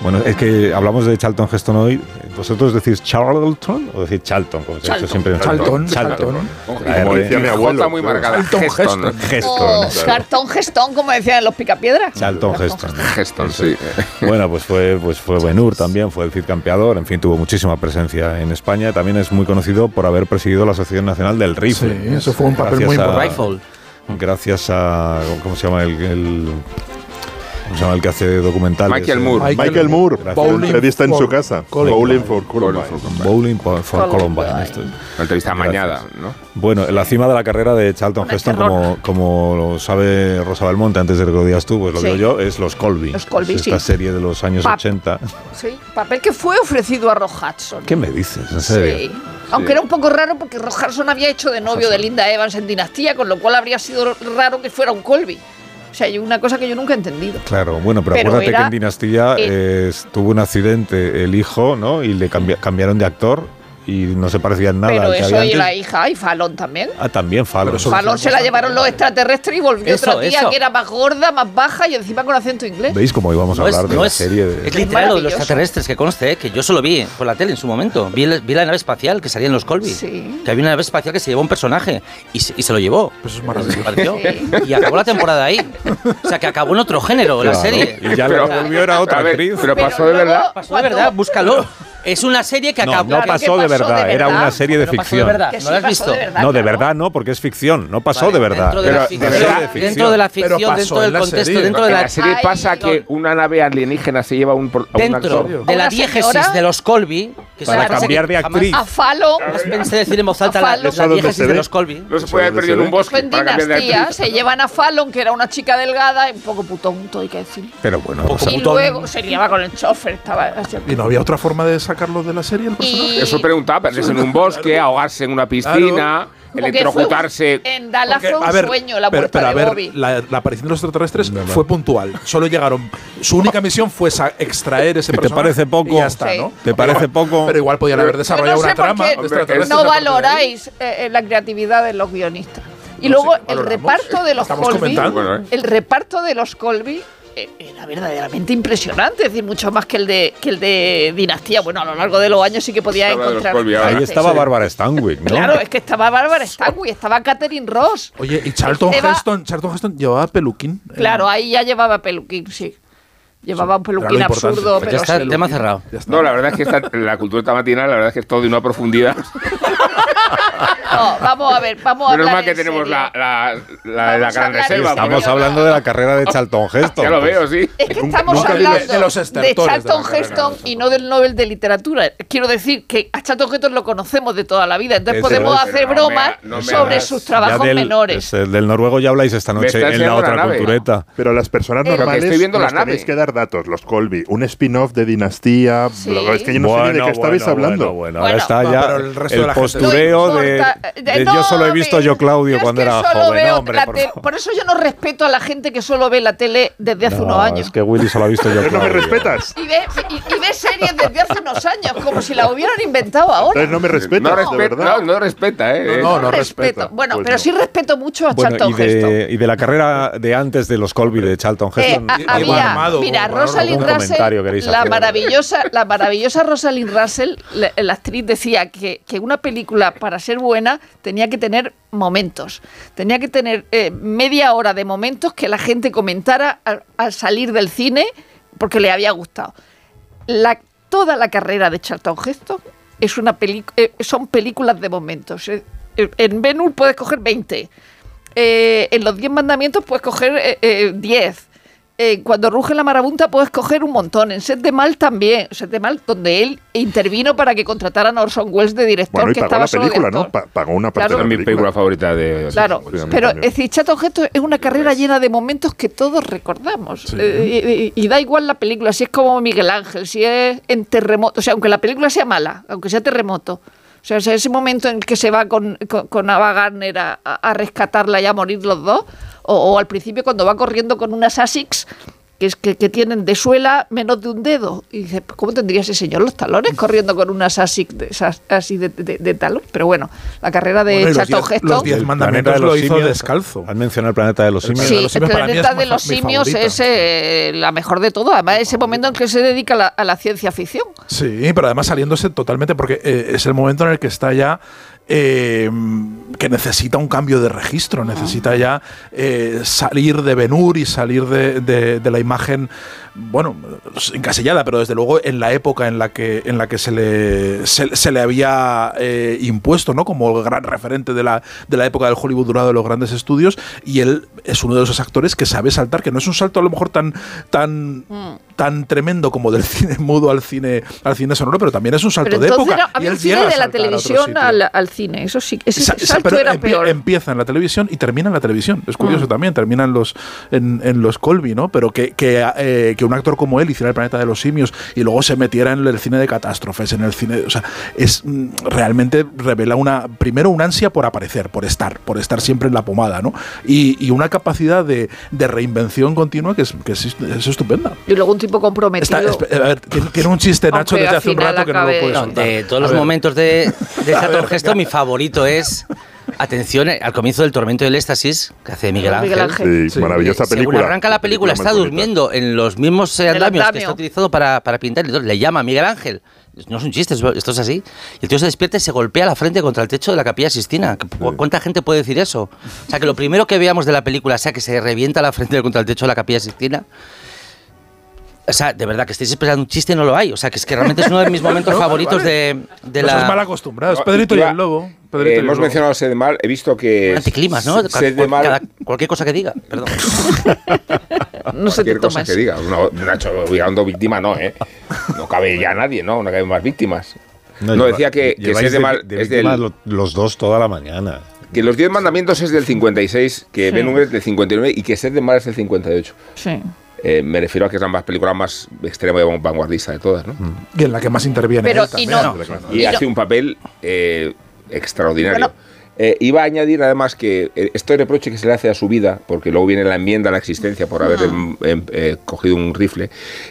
Speaker 2: Bueno, es que hablamos de Charlton Heston hoy. ¿Vosotros decís Charlton o decís Charlton? Como se ha dicho siempre en
Speaker 3: Charlton,
Speaker 2: Charlton.
Speaker 3: Charlton.
Speaker 2: La
Speaker 4: Como
Speaker 2: R.
Speaker 4: decía mi abuelo.
Speaker 6: Jota muy marcada.
Speaker 3: Charlton
Speaker 6: Heston.
Speaker 3: Heston.
Speaker 5: O
Speaker 2: Heston.
Speaker 5: cartón gestón, como decían en los picapiedras.
Speaker 2: Charlton Heston.
Speaker 6: Heston, sí.
Speaker 2: Bueno, pues fue, pues fue Benur también, fue el Cid campeador, en fin, tuvo muchísima presencia en España. También es muy conocido por haber presidido la Asociación Nacional del Rifle.
Speaker 3: Sí, eso fue un papel muy importante.
Speaker 7: Rifle.
Speaker 2: gracias a cómo se llama el, el- cómo se llama el que hace documentales
Speaker 6: Michael
Speaker 2: Eh,
Speaker 6: Moore.
Speaker 4: Michael Moore,
Speaker 2: Gracias.
Speaker 4: bowling entrevista en
Speaker 3: for
Speaker 4: su casa.
Speaker 3: Columbine.
Speaker 4: Bowling for Columbine.
Speaker 2: Bowling for, for Columbine, esto es.
Speaker 6: Una entrevista amañada, ¿no?
Speaker 2: Bueno, en la cima de la carrera de Charlton Heston, como, como lo sabe Rosa Belmonte antes de que lo digas tú, pues lo
Speaker 5: Sí.
Speaker 2: digo yo, es Los Colby.
Speaker 5: Los Colby,
Speaker 2: Es esta
Speaker 5: sí.
Speaker 2: serie de los años
Speaker 5: Pap.
Speaker 2: 80.
Speaker 5: Sí, papel que fue ofrecido a Rock Hudson.
Speaker 2: ¿Qué me dices? En serio.
Speaker 5: Sí. Aunque era un poco raro porque Rock Hudson había hecho de novio de Linda Evans en Dinastía, con lo cual habría sido raro que fuera un Colby. O sea, hay una cosa que yo nunca he entendido.
Speaker 2: Claro, bueno, pero,
Speaker 5: Pero
Speaker 2: acuérdate
Speaker 5: era-
Speaker 2: que en Dinastía
Speaker 5: eh,
Speaker 2: eh, tuvo un accidente el hijo, ¿no? Y le cambia- cambiaron de actor y no se parecía en nada
Speaker 5: Pero
Speaker 2: al que
Speaker 5: eso
Speaker 2: había
Speaker 5: y
Speaker 2: antes.
Speaker 5: la hija, y Fallon también.
Speaker 2: Ah, también Fallon.
Speaker 5: Fallon se la llevaron los extraterrestres y volvió
Speaker 7: Eso,
Speaker 5: otra tía
Speaker 7: eso.
Speaker 5: que era más gorda, más baja y encima con acento inglés.
Speaker 2: ¿Veis cómo íbamos a
Speaker 7: No es-
Speaker 2: hablar de
Speaker 7: no
Speaker 2: la
Speaker 7: es-
Speaker 2: serie? de-
Speaker 7: Es literal lo de los
Speaker 5: Maravilloso.
Speaker 7: extraterrestres, que conste, eh, que yo solo vi por la tele en su momento. Vi, la- vi la nave espacial que salía en los Colby.
Speaker 5: Sí.
Speaker 7: Que había una nave espacial que se llevó un personaje y se, y se lo llevó.
Speaker 3: Pues eso es maravilloso.
Speaker 7: Desapareció.
Speaker 5: Sí.
Speaker 7: Y acabó la temporada ahí. O sea, que acabó en otro género la
Speaker 2: Claro,
Speaker 7: serie.
Speaker 2: Y
Speaker 5: <laughs>
Speaker 2: ya
Speaker 6: Pero-
Speaker 2: la volvió era otra
Speaker 6: a ver,
Speaker 2: actriz.
Speaker 6: Pero pasó de
Speaker 5: luego,
Speaker 6: verdad.
Speaker 7: Pasó de
Speaker 5: cuando-
Speaker 7: verdad, búscalo. Es una serie que
Speaker 2: No,
Speaker 7: acabó.
Speaker 2: no
Speaker 5: Claro,
Speaker 2: pasó
Speaker 5: que
Speaker 2: de
Speaker 5: pasó de
Speaker 2: verdad, era
Speaker 5: verdad.
Speaker 2: una serie de
Speaker 7: Pero pasó de
Speaker 2: ficción.
Speaker 7: verdad,
Speaker 5: Que
Speaker 7: no la has
Speaker 5: sí pasó
Speaker 7: visto.
Speaker 5: de verdad,
Speaker 2: No, de
Speaker 5: claro.
Speaker 2: verdad no, porque es ficción, no pasó
Speaker 7: Vale,
Speaker 2: de verdad.
Speaker 7: Dentro de la
Speaker 6: Pero-
Speaker 7: ficción,
Speaker 6: pero-
Speaker 7: dentro de la
Speaker 3: Pero
Speaker 7: ficción,
Speaker 3: pasó
Speaker 7: dentro
Speaker 3: en
Speaker 7: del
Speaker 3: la
Speaker 7: contexto,
Speaker 3: serie.
Speaker 7: dentro de
Speaker 6: En
Speaker 7: la
Speaker 6: la serie
Speaker 5: Ay,
Speaker 6: pasa que
Speaker 5: perdón.
Speaker 6: una nave alienígena se lleva a un, pro- a un
Speaker 7: dentro
Speaker 6: actor.
Speaker 7: de
Speaker 5: ¿A
Speaker 7: la
Speaker 5: una
Speaker 7: diégesis
Speaker 5: señora?
Speaker 7: de los Colby, que es
Speaker 5: Para
Speaker 7: una frase que
Speaker 2: cambiar de
Speaker 7: jamás
Speaker 2: actriz.
Speaker 5: A Fallon,
Speaker 7: jamás pensé decir en voz alta la,
Speaker 5: Afalo.
Speaker 7: la
Speaker 4: ¿Eso dónde se
Speaker 7: diégesis de
Speaker 4: ve?
Speaker 7: los Colby.
Speaker 6: No se puede
Speaker 4: ¿Dónde
Speaker 6: haber perdido
Speaker 4: se
Speaker 6: en un
Speaker 4: ve?
Speaker 6: bosque
Speaker 5: Pues en
Speaker 6: para cambiar de
Speaker 5: dinastía,
Speaker 6: actriz.
Speaker 5: se llevan a Fallon, que era una chica delgada y un poco putonto, hay que decir.
Speaker 2: Pero bueno, o sea,
Speaker 5: Y luego se liaba con el chofer, estaba así.
Speaker 3: ¿Y no había otra forma de sacarlo de la serie el personaje?
Speaker 5: Y-
Speaker 6: Eso preguntaba, perderse en un bosque, ahogarse en una piscina, el
Speaker 5: Como que fue-
Speaker 6: electrocutarse.
Speaker 5: En Dallas
Speaker 3: Porque,
Speaker 5: fue un
Speaker 3: a ver,
Speaker 5: sueño la
Speaker 3: pero-
Speaker 5: puerta
Speaker 3: pero,
Speaker 5: de
Speaker 3: a ver,
Speaker 5: Bobby.
Speaker 3: La, la aparición de los extraterrestres fue puntual. Solo llegaron. Su única misión fue sa- extraer ese
Speaker 2: ¿Te
Speaker 3: personaje
Speaker 2: parece poco?
Speaker 3: Y ya está,
Speaker 5: Sí.
Speaker 3: ¿no?
Speaker 2: ¿Te parece poco?
Speaker 3: Pero igual podían haber
Speaker 5: Yo
Speaker 3: desarrollado
Speaker 5: no sé
Speaker 3: una
Speaker 5: por
Speaker 3: trama.
Speaker 5: qué
Speaker 3: de extraterrestres
Speaker 5: no
Speaker 3: a partir de ahí.
Speaker 5: valoráis eh, eh, la creatividad de los guionistas. Y
Speaker 3: No
Speaker 5: luego
Speaker 3: sé,
Speaker 5: el
Speaker 3: valoramos.
Speaker 5: reparto de los
Speaker 3: Estamos
Speaker 5: Colby,
Speaker 3: comentando.
Speaker 6: Bueno, ¿eh?
Speaker 5: el reparto de los Colby eh, era verdaderamente impresionante, es decir, mucho más que el de que el de Dinastía. Bueno, a lo largo de los años sí que podía
Speaker 6: Se habla de los
Speaker 5: encontrar.
Speaker 6: Colby ahora.
Speaker 2: Ahí
Speaker 5: Sí.
Speaker 2: estaba Bárbara Stanwyck, ¿no?
Speaker 5: Claro, es que estaba Bárbara Stanwyck, estaba Catherine Ross.
Speaker 3: Oye, y Charlton
Speaker 5: Eva-
Speaker 3: Heston, Charlton Heston llevaba peluquín. eh,
Speaker 5: Claro, ahí ya llevaba peluquín, sí. Llevaba un
Speaker 3: era lo
Speaker 5: peluquín
Speaker 3: importante.
Speaker 5: absurdo,
Speaker 7: Pues
Speaker 5: pero
Speaker 7: ya está
Speaker 5: sí.
Speaker 7: el tema cerrado.
Speaker 3: Ya está.
Speaker 6: No, la verdad es que esta- la cultura matinal, la verdad es que es todo de una profundidad.
Speaker 5: No, vamos a ver, vamos a
Speaker 6: Menos
Speaker 5: hablar
Speaker 6: mal que
Speaker 5: en
Speaker 6: tenemos
Speaker 5: serio.
Speaker 6: la, la, la,
Speaker 5: Vamos a
Speaker 6: la gran
Speaker 5: hablar en
Speaker 6: reserva.
Speaker 5: serio.
Speaker 2: Estamos
Speaker 5: Pero-
Speaker 2: hablando de la carrera de Charlton Heston.
Speaker 6: Ya lo
Speaker 2: pues.
Speaker 6: veo, sí.
Speaker 5: Es que estamos
Speaker 3: nunca
Speaker 5: hablando
Speaker 3: olvides de los estertores de la
Speaker 5: Charlton
Speaker 3: carrera de
Speaker 5: Heston
Speaker 3: los
Speaker 5: y no del Nobel de Literatura. Quiero decir que a Charlton Heston lo conocemos de toda la vida, entonces
Speaker 2: Eso
Speaker 5: podemos
Speaker 2: es.
Speaker 5: hacer
Speaker 6: Pero no me
Speaker 5: bromas
Speaker 6: ha- no me
Speaker 5: sobre
Speaker 6: hagas-
Speaker 5: sus
Speaker 6: Ya
Speaker 2: Ya
Speaker 5: trabajos
Speaker 2: del,
Speaker 5: menores.
Speaker 2: es el del noruego ya habláis esta
Speaker 6: Me
Speaker 2: noche
Speaker 6: está
Speaker 2: en la
Speaker 6: enseñando
Speaker 2: otra
Speaker 6: la nave.
Speaker 2: cultureta.
Speaker 4: Pero las personas
Speaker 5: Pero que
Speaker 4: normales
Speaker 6: estoy viendo
Speaker 4: nos
Speaker 6: la nave.
Speaker 4: tenéis que dar datos, los Colby, un spin-off de Dinastía,
Speaker 5: Sí.
Speaker 4: bla, bla, es que yo no sé ni de qué estabais
Speaker 2: bueno,
Speaker 4: hablando.
Speaker 2: Bueno, bueno, ahora
Speaker 5: Bueno,
Speaker 2: está
Speaker 3: no,
Speaker 2: ya
Speaker 3: pero
Speaker 2: el,
Speaker 3: el resto de la gente-
Speaker 2: postureo
Speaker 5: No
Speaker 2: de,
Speaker 5: importa. Eh,
Speaker 2: de
Speaker 5: no,
Speaker 2: yo solo he
Speaker 5: a
Speaker 2: visto
Speaker 5: ver,
Speaker 2: yo Claudio
Speaker 5: es
Speaker 2: cuando
Speaker 5: que
Speaker 2: era
Speaker 5: solo
Speaker 2: joven.
Speaker 5: veo
Speaker 2: No, hombre,
Speaker 5: la
Speaker 2: por
Speaker 5: te-
Speaker 2: favor.
Speaker 5: por eso yo no respeto a la gente que solo ve la tele desde hace
Speaker 2: No,
Speaker 5: unos años.
Speaker 2: Es que Willy solo ha visto yo
Speaker 4: Entonces
Speaker 2: Claudio.
Speaker 4: no me respetas.
Speaker 5: Y ve, y, y ve series desde hace unos años, como si la hubieran inventado ahora.
Speaker 4: Entonces no me respetas, de
Speaker 6: no, respeta,
Speaker 4: verdad.
Speaker 6: no, no respeta, ¿eh?
Speaker 3: No, no respeta.
Speaker 5: Bueno,
Speaker 4: Pues
Speaker 5: pero
Speaker 4: no.
Speaker 5: sí respeto mucho a
Speaker 2: Bueno, y
Speaker 5: Charlton Heston.
Speaker 2: de, y de la carrera de antes de los Colby de Charlton
Speaker 5: Eh,
Speaker 2: Heston.
Speaker 5: a-
Speaker 3: algo
Speaker 5: había,
Speaker 3: armado,
Speaker 5: mira,
Speaker 3: algo armado,
Speaker 5: Rosalind
Speaker 2: algún comentario
Speaker 5: Russell,
Speaker 2: queréis
Speaker 5: la
Speaker 2: hacer.
Speaker 5: maravillosa, la maravillosa Rosalind Russell, la, la actriz decía que, que una película para ser buena tenía que tener momentos, tenía que tener eh, media hora de momentos que la gente comentara al, al salir del cine porque le había gustado. La- toda la carrera de Charlton Heston es una peli- eh, son películas de momentos. Eh, eh, En Venus puedes coger 20. Eh, en los 10 mandamientos puedes coger eh, eh, 10. Eh, cuando ruge la marabunta puedes coger un montón. En Set de Mal también. Set de Mal, donde él intervino para que contrataran a Orson Welles de director,
Speaker 4: Bueno, y
Speaker 5: que
Speaker 4: pagó
Speaker 5: estaba
Speaker 4: la
Speaker 5: solo
Speaker 4: película,
Speaker 5: de
Speaker 4: ¿no?
Speaker 5: actor.
Speaker 4: Pa- pagó una parte
Speaker 5: Claro.
Speaker 4: de
Speaker 6: Es
Speaker 4: la
Speaker 6: mi película
Speaker 4: película.
Speaker 6: favorita de.
Speaker 5: Claro,
Speaker 6: Sí, a mí
Speaker 5: pero es
Speaker 6: también.
Speaker 5: decir, Chato Gesto es una carrera llena de momentos que todos recordamos. Eh, y, y- y da igual la película, si es como Miguel Ángel, si es en terremoto, o sea, aunque la película sea mala, aunque sea terremoto. O sea, o sea, ese momento en el que se va con, con, con Ava Gardner a, a- a rescatarla y a morir los dos, o, o al principio cuando va corriendo con unas Asics que, es que, que tienen de suela menos de un dedo. Y dices, pues, ¿cómo tendría ese señor los talones corriendo con unas Asics de, esas- así de, de, de talón? Pero bueno, la carrera de
Speaker 3: Bueno, y los
Speaker 5: Chato
Speaker 3: diez- los
Speaker 5: Gesto.
Speaker 3: diez-
Speaker 2: El
Speaker 3: mandamientos
Speaker 2: planeta de los
Speaker 3: lo hizo
Speaker 2: simios.
Speaker 3: descalzo.
Speaker 2: Han mencionado el planeta de los simios.
Speaker 3: Planeta de
Speaker 5: Sí,
Speaker 3: los
Speaker 5: el
Speaker 3: Simios para mí es
Speaker 5: planeta
Speaker 3: mi
Speaker 5: de
Speaker 3: fa-
Speaker 5: los
Speaker 3: mi
Speaker 5: simios
Speaker 3: favorita.
Speaker 5: es eh, la mejor de todas. Además, ese momento en que se dedica a la, a la ciencia ficción.
Speaker 3: Sí, pero además saliéndose totalmente, porque eh, es el momento en el que está ya. eh, que necesita un cambio de registro, necesita ya eh, salir de Benur y salir de, de- de la imagen, bueno, encasillada, pero desde luego en la época en la que, en la que se, le, se, se le había eh, impuesto, ¿no? Como el gran referente de la, de la época del Hollywood dorado de los grandes estudios, y él es uno de esos actores que sabe saltar, que no es un salto a lo mejor tan, tan, tan tremendo como del <laughs> cine mudo al cine, al cine sonoro, pero también es un salto
Speaker 5: Pero
Speaker 3: de
Speaker 5: entonces
Speaker 3: época.
Speaker 5: era-
Speaker 3: y
Speaker 5: había
Speaker 3: él
Speaker 5: un cine
Speaker 3: llega a
Speaker 5: de la
Speaker 3: saltar a otro
Speaker 5: televisión
Speaker 3: sitio.
Speaker 5: al, al cine. Eso sí, ese
Speaker 3: Sa- sa-
Speaker 5: salto
Speaker 3: pero
Speaker 5: era
Speaker 3: empie-
Speaker 5: peor. Ah.
Speaker 3: Empieza en la televisión y termina en la televisión. Es curioso también, termina en los, en, en los Colby, ¿no? Pero que, que, eh, que un actor como él hiciera el planeta de los simios y luego se metiera en el cine de catástrofes, en el cine. O sea, es mm, realmente revela una. Primero, una ansia por aparecer, por estar, por estar siempre en la pomada, ¿no? Y, y una capacidad de, de reinvención continua que es, que es, es estupenda.
Speaker 5: Y luego un tipo tipo comprometido.
Speaker 3: Está- espe- a ver, tiene, tiene un chiste, Nacho,
Speaker 5: Aunque
Speaker 3: desde
Speaker 5: al
Speaker 3: hace un
Speaker 5: final
Speaker 3: rato que no lo
Speaker 5: acabe-
Speaker 3: puedes
Speaker 5: No,
Speaker 7: No,
Speaker 3: soltar.
Speaker 7: de Eh, todos
Speaker 3: A
Speaker 7: los
Speaker 3: ver,
Speaker 7: momentos de, de Santo Gesto, mi favorito es. Atención, eh, al comienzo del Tormento del Éxtasis, que hace Miguel Ángel.
Speaker 5: Miguel Ángel.
Speaker 4: Sí,
Speaker 3: Sí.
Speaker 4: maravillosa
Speaker 7: Eh, según
Speaker 4: película.
Speaker 7: arranca la película, está
Speaker 4: muy bonita.
Speaker 7: durmiendo en los mismos eh,
Speaker 5: El
Speaker 7: andamios que
Speaker 5: andamio.
Speaker 7: está utilizado para, para pintar. y Entonces le llama Miguel Ángel. No es un chiste, es- esto es así. Y el tío se despierta y se golpea la frente contra el techo de la capilla Sistina. ¿Cu- ¿Cuánta gente puede decir eso? O sea, que lo primero que veamos de la película sea que se revienta la frente contra el techo de la capilla Sistina. O sea, de verdad que estáis esperando un chiste y no lo hay. O sea, que es que realmente es uno de mis momentos favoritos de, de
Speaker 3: no
Speaker 7: la.
Speaker 3: seas mal acostumbrado. Pues Es
Speaker 6: No,
Speaker 3: Pedrito y
Speaker 6: iba-
Speaker 3: el lobo.
Speaker 6: Eh,
Speaker 3: Pedrito y el
Speaker 6: hemos
Speaker 3: lobo.
Speaker 6: mencionado Sed de Mal, he visto que.
Speaker 7: Anticlimas, ¿no?
Speaker 6: Sed de
Speaker 7: Cual-
Speaker 6: Mal.
Speaker 7: cada- cualquier cosa que diga, perdón.
Speaker 5: no se te
Speaker 6: cualquier cosa
Speaker 5: tomas.
Speaker 6: que diga. No, Nacho, Vigando víctima no, ¿eh? No cabe ya nadie, ¿no? No caben más víctimas. No,
Speaker 2: lleva-
Speaker 6: decía que, que
Speaker 2: lleváis
Speaker 6: Sed de
Speaker 2: de-
Speaker 6: Mal
Speaker 2: de
Speaker 6: es del-
Speaker 2: víctimas lo- los dos toda la mañana.
Speaker 6: que los 10 mandamientos es del 56, que
Speaker 5: Sí.
Speaker 6: Benhur es del 59 y que Sed de Mal es del 58.
Speaker 5: Sí.
Speaker 6: Eh, me refiero a que es la más película más extrema y vanguardista de todas, ¿no?
Speaker 3: Y en la que más interviene.
Speaker 5: Pero,
Speaker 3: él
Speaker 5: y
Speaker 3: también.
Speaker 5: no.
Speaker 6: y
Speaker 5: Y
Speaker 6: hace
Speaker 5: no-
Speaker 6: un papel eh, extraordinario.
Speaker 5: Bueno.
Speaker 6: Eh, iba a añadir además que eh, este reproche que se le hace a su vida, porque luego viene la enmienda a la existencia por haber em, em, eh, cogido un rifle,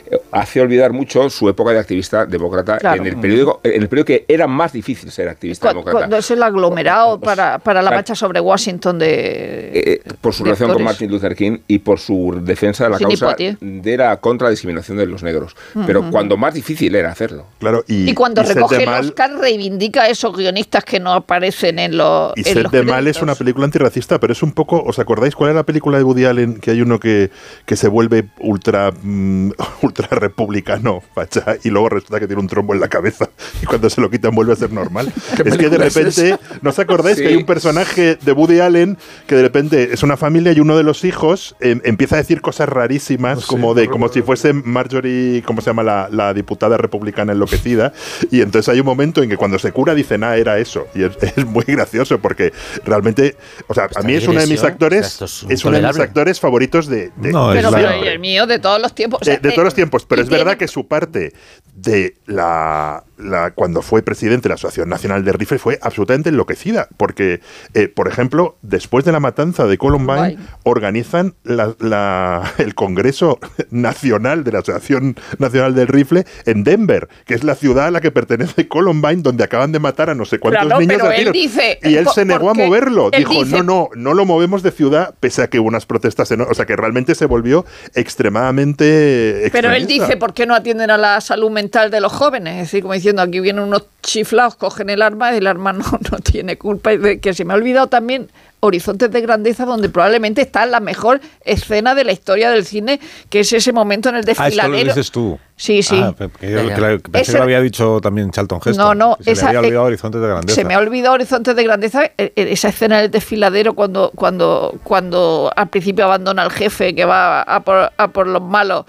Speaker 6: eh, hace olvidar mucho su época de activista demócrata
Speaker 5: Claro.
Speaker 6: en el periódico, en el periodo que era más difícil ser activista
Speaker 5: Cu-
Speaker 6: demócrata. Pues,
Speaker 5: Cuando es el aglomerado para, para la
Speaker 6: Claro.
Speaker 5: marcha sobre Washington de...
Speaker 6: Eh, eh, por su
Speaker 5: de
Speaker 6: relación con
Speaker 5: actores.
Speaker 6: Martin Luther King y por su defensa de la
Speaker 5: Sin Mm,
Speaker 6: causa
Speaker 5: hipote.
Speaker 6: de la contra la discriminación de los negros. Pero cuando más difícil era hacerlo.
Speaker 4: Claro, y,
Speaker 5: Y cuando
Speaker 4: y Sed de
Speaker 5: recoge el
Speaker 4: Mal-
Speaker 5: Oscar reivindica a esos guionistas que no aparecen en los...
Speaker 4: Y
Speaker 5: en
Speaker 4: Sed
Speaker 5: los
Speaker 4: de Mal es
Speaker 5: créditos.
Speaker 4: una película antirracista, pero es un poco. ¿Os acordáis cuál es la película de Woody Allen que hay uno que, que se vuelve ultra, mm, <laughs> ultra republicano, facha, y luego resulta que tiene un trombo en la cabeza y cuando se lo quitan vuelve a ser normal? es que de
Speaker 3: película es
Speaker 4: repente. ¿No os acordáis
Speaker 6: Sí.
Speaker 4: que hay un personaje de Woody Allen que de repente es una familia y uno de los hijos em, empieza a decir cosas rarísimas,
Speaker 7: Oh,
Speaker 3: No sé,
Speaker 4: como, de,
Speaker 3: por-
Speaker 4: como si fuese Marjorie, ¿cómo se llama? La, la diputada republicana enloquecida. Y entonces hay un momento en que cuando se cura dicen, ah, era eso. Y es, <laughs> es muy gracioso porque realmente, o sea,
Speaker 7: Pues
Speaker 4: a mí es uno de mis
Speaker 7: agresión,
Speaker 4: actores,
Speaker 7: ¿eh? o sea, esto es
Speaker 4: es uno de mis
Speaker 7: intolerable.
Speaker 4: actores favoritos de, de-
Speaker 2: No,
Speaker 4: de
Speaker 5: Pero,
Speaker 2: es la-
Speaker 5: pero,
Speaker 4: siempre.
Speaker 5: y el mío de todos los tiempos. o sea,
Speaker 4: De, de
Speaker 5: eh,
Speaker 4: todos los tiempos, pero
Speaker 5: y
Speaker 4: es verdad
Speaker 5: tiene-
Speaker 4: que su parte de la, la- cuando fue presidente de la Asociación Nacional de Rifles fue absolutamente enloquecida, porque, eh, por ejemplo, después de la matanza de Columbine,
Speaker 5: Guay.
Speaker 4: organizan la- la- el Congreso Nacional de la Asociación Nacional del Rifle en Denver, que es la ciudad a la que pertenece Columbine, donde acaban de matar a no sé cuántos
Speaker 5: Claro,
Speaker 4: niños.
Speaker 5: pero
Speaker 4: a
Speaker 5: él
Speaker 4: tiros.
Speaker 5: dice,
Speaker 4: y él
Speaker 5: po-
Speaker 4: se negó a
Speaker 5: porque
Speaker 4: moverlo.
Speaker 5: él
Speaker 4: Dijo,
Speaker 5: dice-
Speaker 4: no, no, no, no lo movemos de ciudad, pese a que hubo unas protestas, eno- o sea que realmente se volvió extremadamente.
Speaker 5: Pero él
Speaker 4: extremista.
Speaker 5: dice, ¿por qué no atienden a la salud mental de los jóvenes? Es decir, como diciendo, aquí vienen unos chiflados, cogen el arma y el arma no, <laughs> no tiene culpa. Y de- que se me ha olvidado también Horizontes de Grandeza, donde probablemente está la mejor escena de la historia del cine, que es ese momento en
Speaker 2: Ah,
Speaker 5: el
Speaker 2: esto lo
Speaker 5: desfiladero.
Speaker 2: dices tú.
Speaker 5: Sí, sí.
Speaker 2: Ah, pe- que yo-
Speaker 7: Ya, ya.
Speaker 2: que la- que pensé
Speaker 5: Ese-
Speaker 2: que lo había dicho también Charlton Heston.
Speaker 5: No, no,
Speaker 2: que Se
Speaker 5: esa-
Speaker 2: le había olvidado
Speaker 5: eh,
Speaker 2: Horizontes de Grandeza.
Speaker 5: Se me ha olvidado Horizontes de Grandeza, e- e- esa escena del desfiladero cuando, cuando, cuando al principio abandona al jefe que va a por, a por los malos,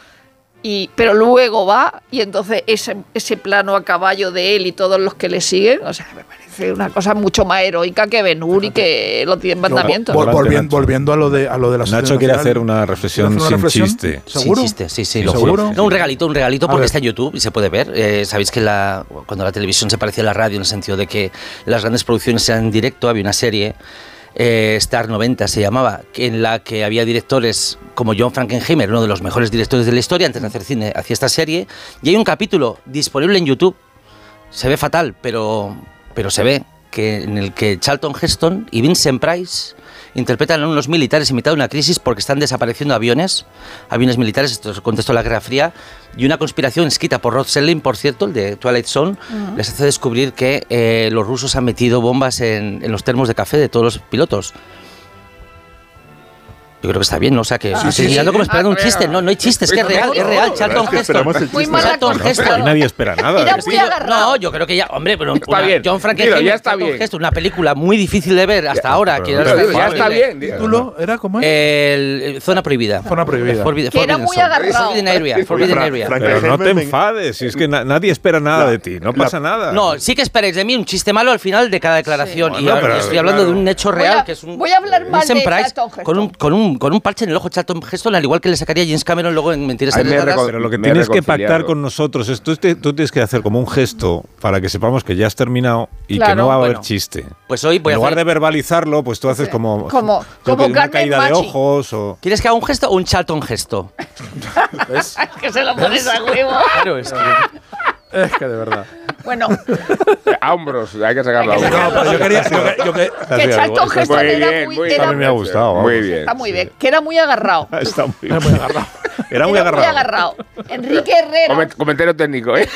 Speaker 5: y, pero luego va y entonces ese, ese plano a caballo de él y todos los que le siguen, o sea, me parece una cosa mucho más heroica que Ben Hur y que los diez
Speaker 3: Yo,
Speaker 5: mandamientos.
Speaker 3: vol-
Speaker 2: Adelante,
Speaker 3: volvien-
Speaker 2: Nacho.
Speaker 3: Volviendo a lo de, a lo de la
Speaker 2: Nacho
Speaker 3: Sociedad
Speaker 2: quiere
Speaker 3: Nacional.
Speaker 2: hacer una reflexión
Speaker 3: ¿Quiere hacer una
Speaker 2: sin
Speaker 3: reflexión?
Speaker 2: chiste.
Speaker 3: ¿Seguro?
Speaker 7: Sin chiste, sí, sí, lo
Speaker 3: ¿Seguro?
Speaker 7: juro. No, un regalito, un regalito,
Speaker 3: ver.
Speaker 7: porque está en YouTube y se puede ver. Eh, Sabéis que la, cuando la televisión se parecía a la radio, en el sentido de que las grandes producciones eran en directo, había una serie, eh, Star 90 se llamaba, que- en la que había directores como John Frankenheimer, uno de los mejores directores de la historia, antes de hacer cine, hacía esta serie. Y hay un capítulo disponible en YouTube, se ve fatal, pero, pero se ve, que en el que Charlton Heston y Vincent Price interpretan a unos militares en mitad de una crisis porque están desapareciendo aviones, aviones militares, esto es el contexto de la Guerra Fría, y una conspiración escrita por Rod Serling, por cierto, el de Twilight Zone, les hace descubrir que eh, los rusos han metido bombas en, en los termos de café de todos los pilotos. Yo creo que está bien, ¿no? O sea, que estoy mirando como esperando
Speaker 5: Ah,
Speaker 7: un
Speaker 5: claro.
Speaker 7: chiste. No, no hay chiste, es que es
Speaker 6: Pues no,
Speaker 7: real,
Speaker 6: no,
Speaker 7: es real. Charlton
Speaker 4: es que
Speaker 7: Heston.
Speaker 4: esperamos el Muy chiste.
Speaker 5: mala
Speaker 7: Charlton
Speaker 5: cosa.
Speaker 7: Heston.
Speaker 2: Aquí nadie espera nada.
Speaker 5: Mira, pues,
Speaker 2: ¿eh?
Speaker 5: muy
Speaker 7: Yo-
Speaker 5: agarrado.
Speaker 7: no, yo creo que ya, hombre, pero
Speaker 6: Está
Speaker 7: una-
Speaker 6: bien.
Speaker 7: John
Speaker 6: Dilo,
Speaker 7: Frankenheimer,
Speaker 6: ya está
Speaker 7: Charlton
Speaker 6: bien.
Speaker 7: Heston, una película muy difícil de ver hasta ahora.
Speaker 2: pero
Speaker 7: que
Speaker 2: no
Speaker 7: era
Speaker 2: está
Speaker 7: imposible.
Speaker 6: ya está bien. diga.
Speaker 3: ¿Título? ¿Era como es?
Speaker 7: El, eh, zona prohibida.
Speaker 3: Zona prohibida.
Speaker 7: Forbid-
Speaker 5: Que era
Speaker 7: Forbidden
Speaker 5: muy
Speaker 7: Zone.
Speaker 5: agarrado.
Speaker 7: Forbidden Area. Forbidden
Speaker 4: Fra-
Speaker 7: Area.
Speaker 4: Frank-
Speaker 2: Pero no te
Speaker 4: Frankenheimer me-
Speaker 2: enfades, si es que na- nadie espera nada
Speaker 4: La-
Speaker 2: de ti, no
Speaker 4: la-
Speaker 2: pasa nada.
Speaker 7: No, sí que esperéis de mí un chiste malo al final de cada declaración.
Speaker 2: Sí.
Speaker 7: Y
Speaker 2: Bueno,
Speaker 7: ahora
Speaker 2: pero
Speaker 7: estoy hablando
Speaker 2: claro.
Speaker 7: de un hecho
Speaker 5: Voy
Speaker 7: real
Speaker 5: a-
Speaker 7: que es un.
Speaker 5: voy a hablar mal
Speaker 7: Vincent
Speaker 5: de
Speaker 7: Price
Speaker 5: Charlton Heston.
Speaker 7: con un, con un un, con un parche en el ojo Charlton Heston, al igual que le sacaría James Cameron luego en Mentiras
Speaker 6: Ay, me
Speaker 7: Heredadas.
Speaker 6: reco-
Speaker 2: Pero lo que
Speaker 6: Me he
Speaker 2: tienes que pactar
Speaker 6: reconciliado.
Speaker 2: con nosotros es tú, te- tú tienes que hacer como un gesto para que sepamos que ya has terminado y que
Speaker 5: Claro,
Speaker 2: no va a
Speaker 5: bueno.
Speaker 2: haber chiste.
Speaker 7: Pues hoy voy a
Speaker 2: en lugar
Speaker 7: hacer-
Speaker 2: de verbalizarlo, pues tú haces como,
Speaker 5: Como-
Speaker 2: yo qué
Speaker 5: como
Speaker 2: sé, una
Speaker 5: Carmen
Speaker 2: caída de
Speaker 5: Machi.
Speaker 2: ojos o
Speaker 7: ¿Quieres que haga un gesto o un Charlton gesto?
Speaker 5: <laughs> que se lo pones a huevo.
Speaker 7: Claro, es que...
Speaker 3: <laughs> Es que de verdad.
Speaker 5: Bueno,
Speaker 6: A hombros, hay que sacar la
Speaker 5: Hay que
Speaker 2: <laughs>
Speaker 6: hombros.
Speaker 5: sacarlo. No, pero yo
Speaker 2: quería <laughs>
Speaker 5: que Charlton Heston
Speaker 6: Pues, Muy
Speaker 5: era
Speaker 6: bien,
Speaker 5: muy,
Speaker 6: muy
Speaker 5: era
Speaker 6: bien.
Speaker 2: A mí me ha
Speaker 5: muy-
Speaker 2: gustado. vamos.
Speaker 6: Muy bien.
Speaker 5: Está muy bien, que era muy agarrado.
Speaker 2: Ah, Está muy bien. Era muy
Speaker 5: Era
Speaker 2: agarrado.
Speaker 5: agarrado. Enrique Herrera.
Speaker 6: Comen- comentario técnico, ¿eh?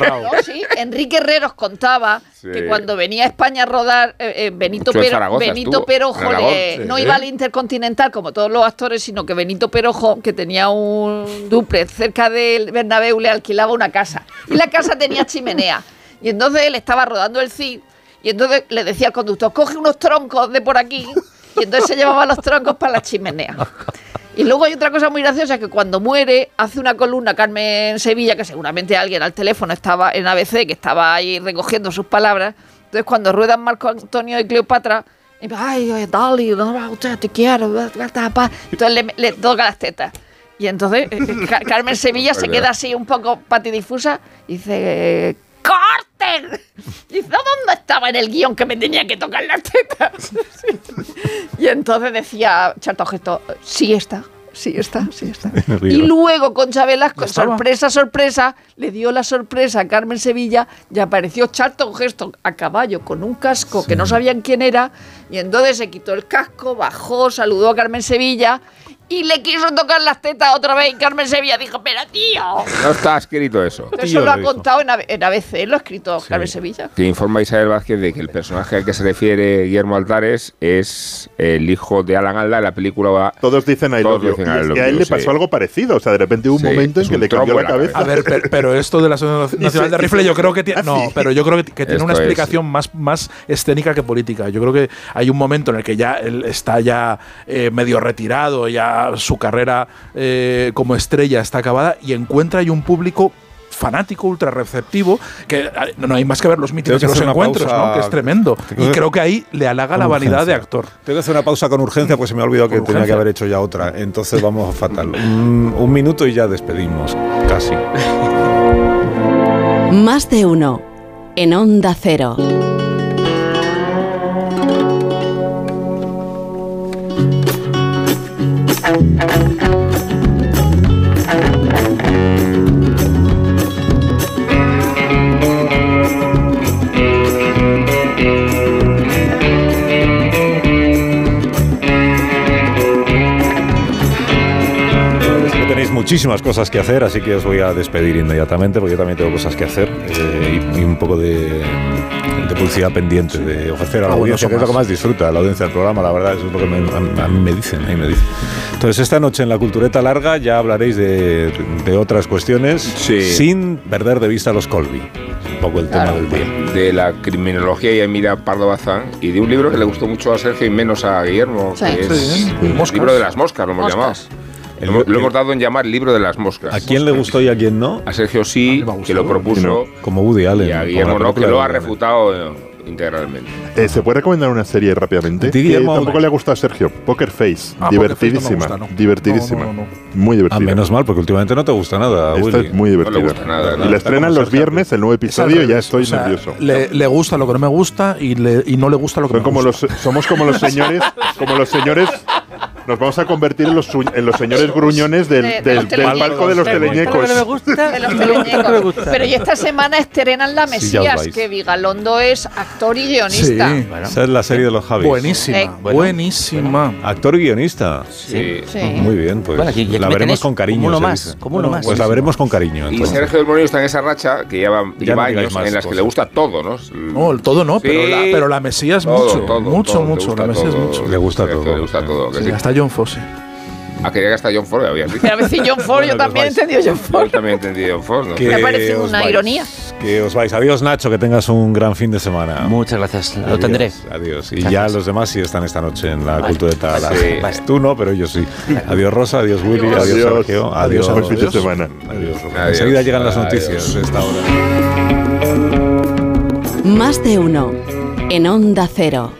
Speaker 5: ¿no? Sí, Enrique Herreros contaba
Speaker 6: Sí.
Speaker 5: que cuando venía a España a rodar, eh, eh, Benito,
Speaker 6: Mucho en
Speaker 5: Pero-
Speaker 6: Zaragoza
Speaker 5: Benito
Speaker 6: estuvo,
Speaker 5: Perojo
Speaker 6: en
Speaker 5: le-
Speaker 6: Aragón, sí.
Speaker 5: no iba al Intercontinental como todos los actores, sino que Benito Perojo, que tenía un duplex cerca del Bernabéu, le alquilaba una casa. Y la casa tenía chimenea. Y entonces él estaba rodando el CID y entonces le decía al conductor, coge unos troncos de por aquí. Y entonces se llevaba los troncos para la chimenea. Y luego hay otra cosa muy graciosa que cuando muere hace una columna Carmen Sevilla, que seguramente alguien al teléfono estaba en ABC, que estaba ahí recogiendo sus palabras. Entonces cuando ruedan Marco Antonio y Cleopatra, y me- ay, ay, Dali, no, usted te quiero, eh, bla, bla, bla, bla. entonces le, le toca las tetas. Y entonces eh, eh, Ca- Carmen Sevilla se
Speaker 6: Oiga.
Speaker 5: queda así un poco patidifusa y dice, ¡corten! <laughs> Y dice, ¿dónde estaba en el guión que me tenía que tocar las tetas? Y entonces decía Charto Gesto, sí está, sí está,
Speaker 2: <laughs>
Speaker 5: sí está.
Speaker 2: río.
Speaker 5: y luego Concha Velasco,
Speaker 3: estaba?
Speaker 5: sorpresa, sorpresa, le dio la sorpresa a Carmen Sevilla y apareció Charlton Gesto a caballo con un casco que no sabían quién era y entonces se quitó el casco, bajó, saludó a Carmen Sevilla y le quiso tocar las tetas otra vez y Carmen Sevilla dijo, pero
Speaker 2: <laughs>
Speaker 5: tío,
Speaker 6: No está escrito eso.
Speaker 5: Entonces
Speaker 2: Tío,
Speaker 5: eso lo
Speaker 2: lo
Speaker 5: ha
Speaker 2: dijo.
Speaker 5: contado en A- en ABC, lo ha escrito Carmen Sevilla.
Speaker 6: Que informa Isabel Vázquez de que el personaje al que se refiere Guillermo Altares es el hijo de Alan Alda en la película.
Speaker 4: Todos dicen I love
Speaker 6: Todos
Speaker 4: you.
Speaker 6: dicen I
Speaker 4: Y es
Speaker 6: love
Speaker 4: que a él
Speaker 6: you,
Speaker 4: le
Speaker 6: sí.
Speaker 4: pasó algo parecido. O sea, de repente hubo un
Speaker 6: Sí,
Speaker 4: momento en
Speaker 6: es
Speaker 4: que
Speaker 6: un
Speaker 4: le cambió la
Speaker 6: trombo en la
Speaker 4: cabeza.
Speaker 3: A ver, per- pero, esto de la Asociación Nacional de Rifle yo creo que tiene, no, pero yo creo que, que tiene una
Speaker 6: Esto es.
Speaker 3: explicación más, más escénica que política. Yo creo que hay un momento en el que ya él está ya eh, medio retirado, ya su carrera eh, como estrella está acabada y encuentra ahí un público fanático, ultra receptivo, que ah, no, no hay más que ver los
Speaker 2: Tengo
Speaker 3: míticos
Speaker 2: que
Speaker 3: y los
Speaker 2: hacer una
Speaker 3: encuentros,
Speaker 2: pausa.
Speaker 3: ¿no? que es tremendo.
Speaker 2: Tengo
Speaker 3: Y
Speaker 2: que-
Speaker 3: creo que ahí le halaga la
Speaker 2: Con
Speaker 3: vanidad de
Speaker 2: urgencia.
Speaker 3: actor.
Speaker 2: Tengo que hacer una pausa con urgencia porque se me ha olvidado que
Speaker 3: Con
Speaker 2: tenía que
Speaker 3: urgencia.
Speaker 2: haber hecho ya otra. Entonces vamos fatal. Un, un minuto y ya despedimos. Casi.
Speaker 8: Más de uno. En Onda Cero.
Speaker 2: Es que tenéis muchísimas cosas que hacer, así que os voy a despedir inmediatamente porque yo también tengo cosas que hacer eh, y, y un poco de, de publicidad pendiente, de ofrecer a la
Speaker 3: Ah, bueno,
Speaker 2: audiencia,
Speaker 3: eso
Speaker 2: que es lo que
Speaker 3: más.
Speaker 2: más disfruta, la audiencia del programa, la verdad, eso es lo que me- a, a mí me dicen, a mí me dicen. Entonces, esta noche en la Cultureta Larga ya hablaréis de, de otras cuestiones
Speaker 6: Sí.
Speaker 2: sin perder de vista los Colby, un poco el tema del día.
Speaker 6: De la criminología y Emira Pardo Bazán y de un libro que le gustó mucho a Sergio y menos a Guillermo,
Speaker 5: Sí.
Speaker 6: que es
Speaker 3: Sí,
Speaker 6: el
Speaker 3: moscas.
Speaker 6: libro de las moscas, lo hemos
Speaker 5: Moscas.
Speaker 6: llamado.
Speaker 2: El-
Speaker 6: Lo hemos- lo
Speaker 2: el-
Speaker 6: hemos dado en llamar libro de las moscas.
Speaker 2: ¿A quién le gustó y a quién no?
Speaker 6: A Sergio sí,
Speaker 3: me ha
Speaker 6: que lo
Speaker 3: gustado.
Speaker 6: propuso,
Speaker 2: Como Woody Allen.
Speaker 6: y a
Speaker 2: como
Speaker 6: Guillermo
Speaker 2: la
Speaker 6: no, que
Speaker 2: película de
Speaker 6: lo ha
Speaker 2: Woody Allen.
Speaker 6: refutado eh, integralmente.
Speaker 4: Eh, ¿Se puede recomendar una serie rápidamente?
Speaker 2: Di
Speaker 4: Que
Speaker 2: Guillermo
Speaker 4: tampoco
Speaker 2: Aude.
Speaker 4: le ha gustado a Sergio. Poker Face.
Speaker 3: Ah, Poker Face no me
Speaker 4: divertidísima.
Speaker 3: gusta, no.
Speaker 4: Divertidísima.
Speaker 3: No, no, no,
Speaker 2: Ah,
Speaker 4: Muy divertida.
Speaker 2: menos mal, porque últimamente no te gusta nada,
Speaker 4: Esta
Speaker 2: Woody.
Speaker 4: es muy divertida.
Speaker 6: No le gusta nada,
Speaker 4: y
Speaker 6: nada.
Speaker 4: la
Speaker 2: Está como
Speaker 4: estrenan los
Speaker 2: Sergio.
Speaker 4: viernes, el nuevo
Speaker 3: Es al
Speaker 4: episodio, y ya
Speaker 3: revés.
Speaker 4: estoy
Speaker 3: O sea,
Speaker 4: nervioso.
Speaker 3: Le, le gusta lo que no me gusta y, le- y no le gusta lo que
Speaker 4: Son
Speaker 3: me
Speaker 4: como
Speaker 3: gusta.
Speaker 4: los, somos como los señores, como los señores. Nos vamos a convertir en los, su- en los señores gruñones del,
Speaker 5: De- de
Speaker 4: del-
Speaker 5: los
Speaker 4: del
Speaker 5: teleñecos.
Speaker 4: palco de los
Speaker 5: Me gusta
Speaker 4: teleñecos.
Speaker 7: Pero me gusta,
Speaker 5: De los
Speaker 7: me gusta,
Speaker 5: teleñecos.
Speaker 7: me gusta.
Speaker 5: Pero y esta semana estrenan La
Speaker 2: Sí, ya os
Speaker 5: Mesías,
Speaker 2: vais.
Speaker 5: que Vigalondo es actor y
Speaker 3: Sí,
Speaker 5: guionista.
Speaker 2: Esa es la serie de los Javis.
Speaker 3: buenísima,
Speaker 5: Eh,
Speaker 2: bueno.
Speaker 3: buenísima.
Speaker 2: Actor guionista.
Speaker 6: Sí.
Speaker 5: Sí.
Speaker 2: Muy bien, pues
Speaker 7: Bueno, aquí- aquí
Speaker 2: la
Speaker 7: me
Speaker 2: veremos
Speaker 7: tenéis
Speaker 2: con cariño.
Speaker 7: como uno
Speaker 2: se
Speaker 7: más,
Speaker 2: dice.
Speaker 7: como uno
Speaker 2: Bueno,
Speaker 7: más.
Speaker 2: Pues la veremos con cariño.
Speaker 6: Y
Speaker 2: entonces.
Speaker 6: Sergio del Molino está en esa racha que lleva, lleva
Speaker 2: no digáis
Speaker 6: años
Speaker 2: más
Speaker 6: en las que
Speaker 2: cosas.
Speaker 6: le gusta todo, ¿no?
Speaker 3: No, el todo no, pero,
Speaker 6: Sí.
Speaker 3: la, pero la Mesías
Speaker 6: Todo,
Speaker 3: mucho,
Speaker 6: todo,
Speaker 3: mucho,
Speaker 6: todo, le
Speaker 3: mucho,
Speaker 6: gusta
Speaker 3: la Mesías
Speaker 6: todo.
Speaker 3: mucho.
Speaker 2: Le gusta
Speaker 6: Sergio,
Speaker 2: todo,
Speaker 6: Le gusta
Speaker 2: sí.
Speaker 6: todo. que
Speaker 3: Sí,
Speaker 6: sí.
Speaker 3: hasta John Fosse.
Speaker 6: Ah, quería que hasta John Ford, había dicho.
Speaker 5: Pero a veces John Ford,
Speaker 2: Bueno,
Speaker 5: yo también he
Speaker 2: los vais.
Speaker 5: entendido John Ford.
Speaker 6: Yo también he entendido John Ford. ¿no?
Speaker 2: Que
Speaker 5: Me ha parecido
Speaker 2: os
Speaker 5: una
Speaker 2: vais,
Speaker 5: ironía.
Speaker 2: Que os vais. Adiós, Nacho, que tengas un gran fin de semana.
Speaker 7: Muchas gracias, lo
Speaker 2: Adiós,
Speaker 7: tendré.
Speaker 2: Adiós. Y
Speaker 7: Gracias.
Speaker 2: ya los demás sí están esta noche en la cultureta. La-
Speaker 6: Sí.
Speaker 2: Vas Tú no, pero yo sí. Adiós, Rosa. Adiós, Willy. Adiós,
Speaker 4: Adiós.
Speaker 2: Sergio. Adiós.
Speaker 4: Buen fin de semana.
Speaker 2: Adiós. Rubén.
Speaker 6: Adiós.
Speaker 2: Enseguida llegan las
Speaker 6: Adiós.
Speaker 2: noticias a esta hora.
Speaker 8: Más de uno. En Onda Cero.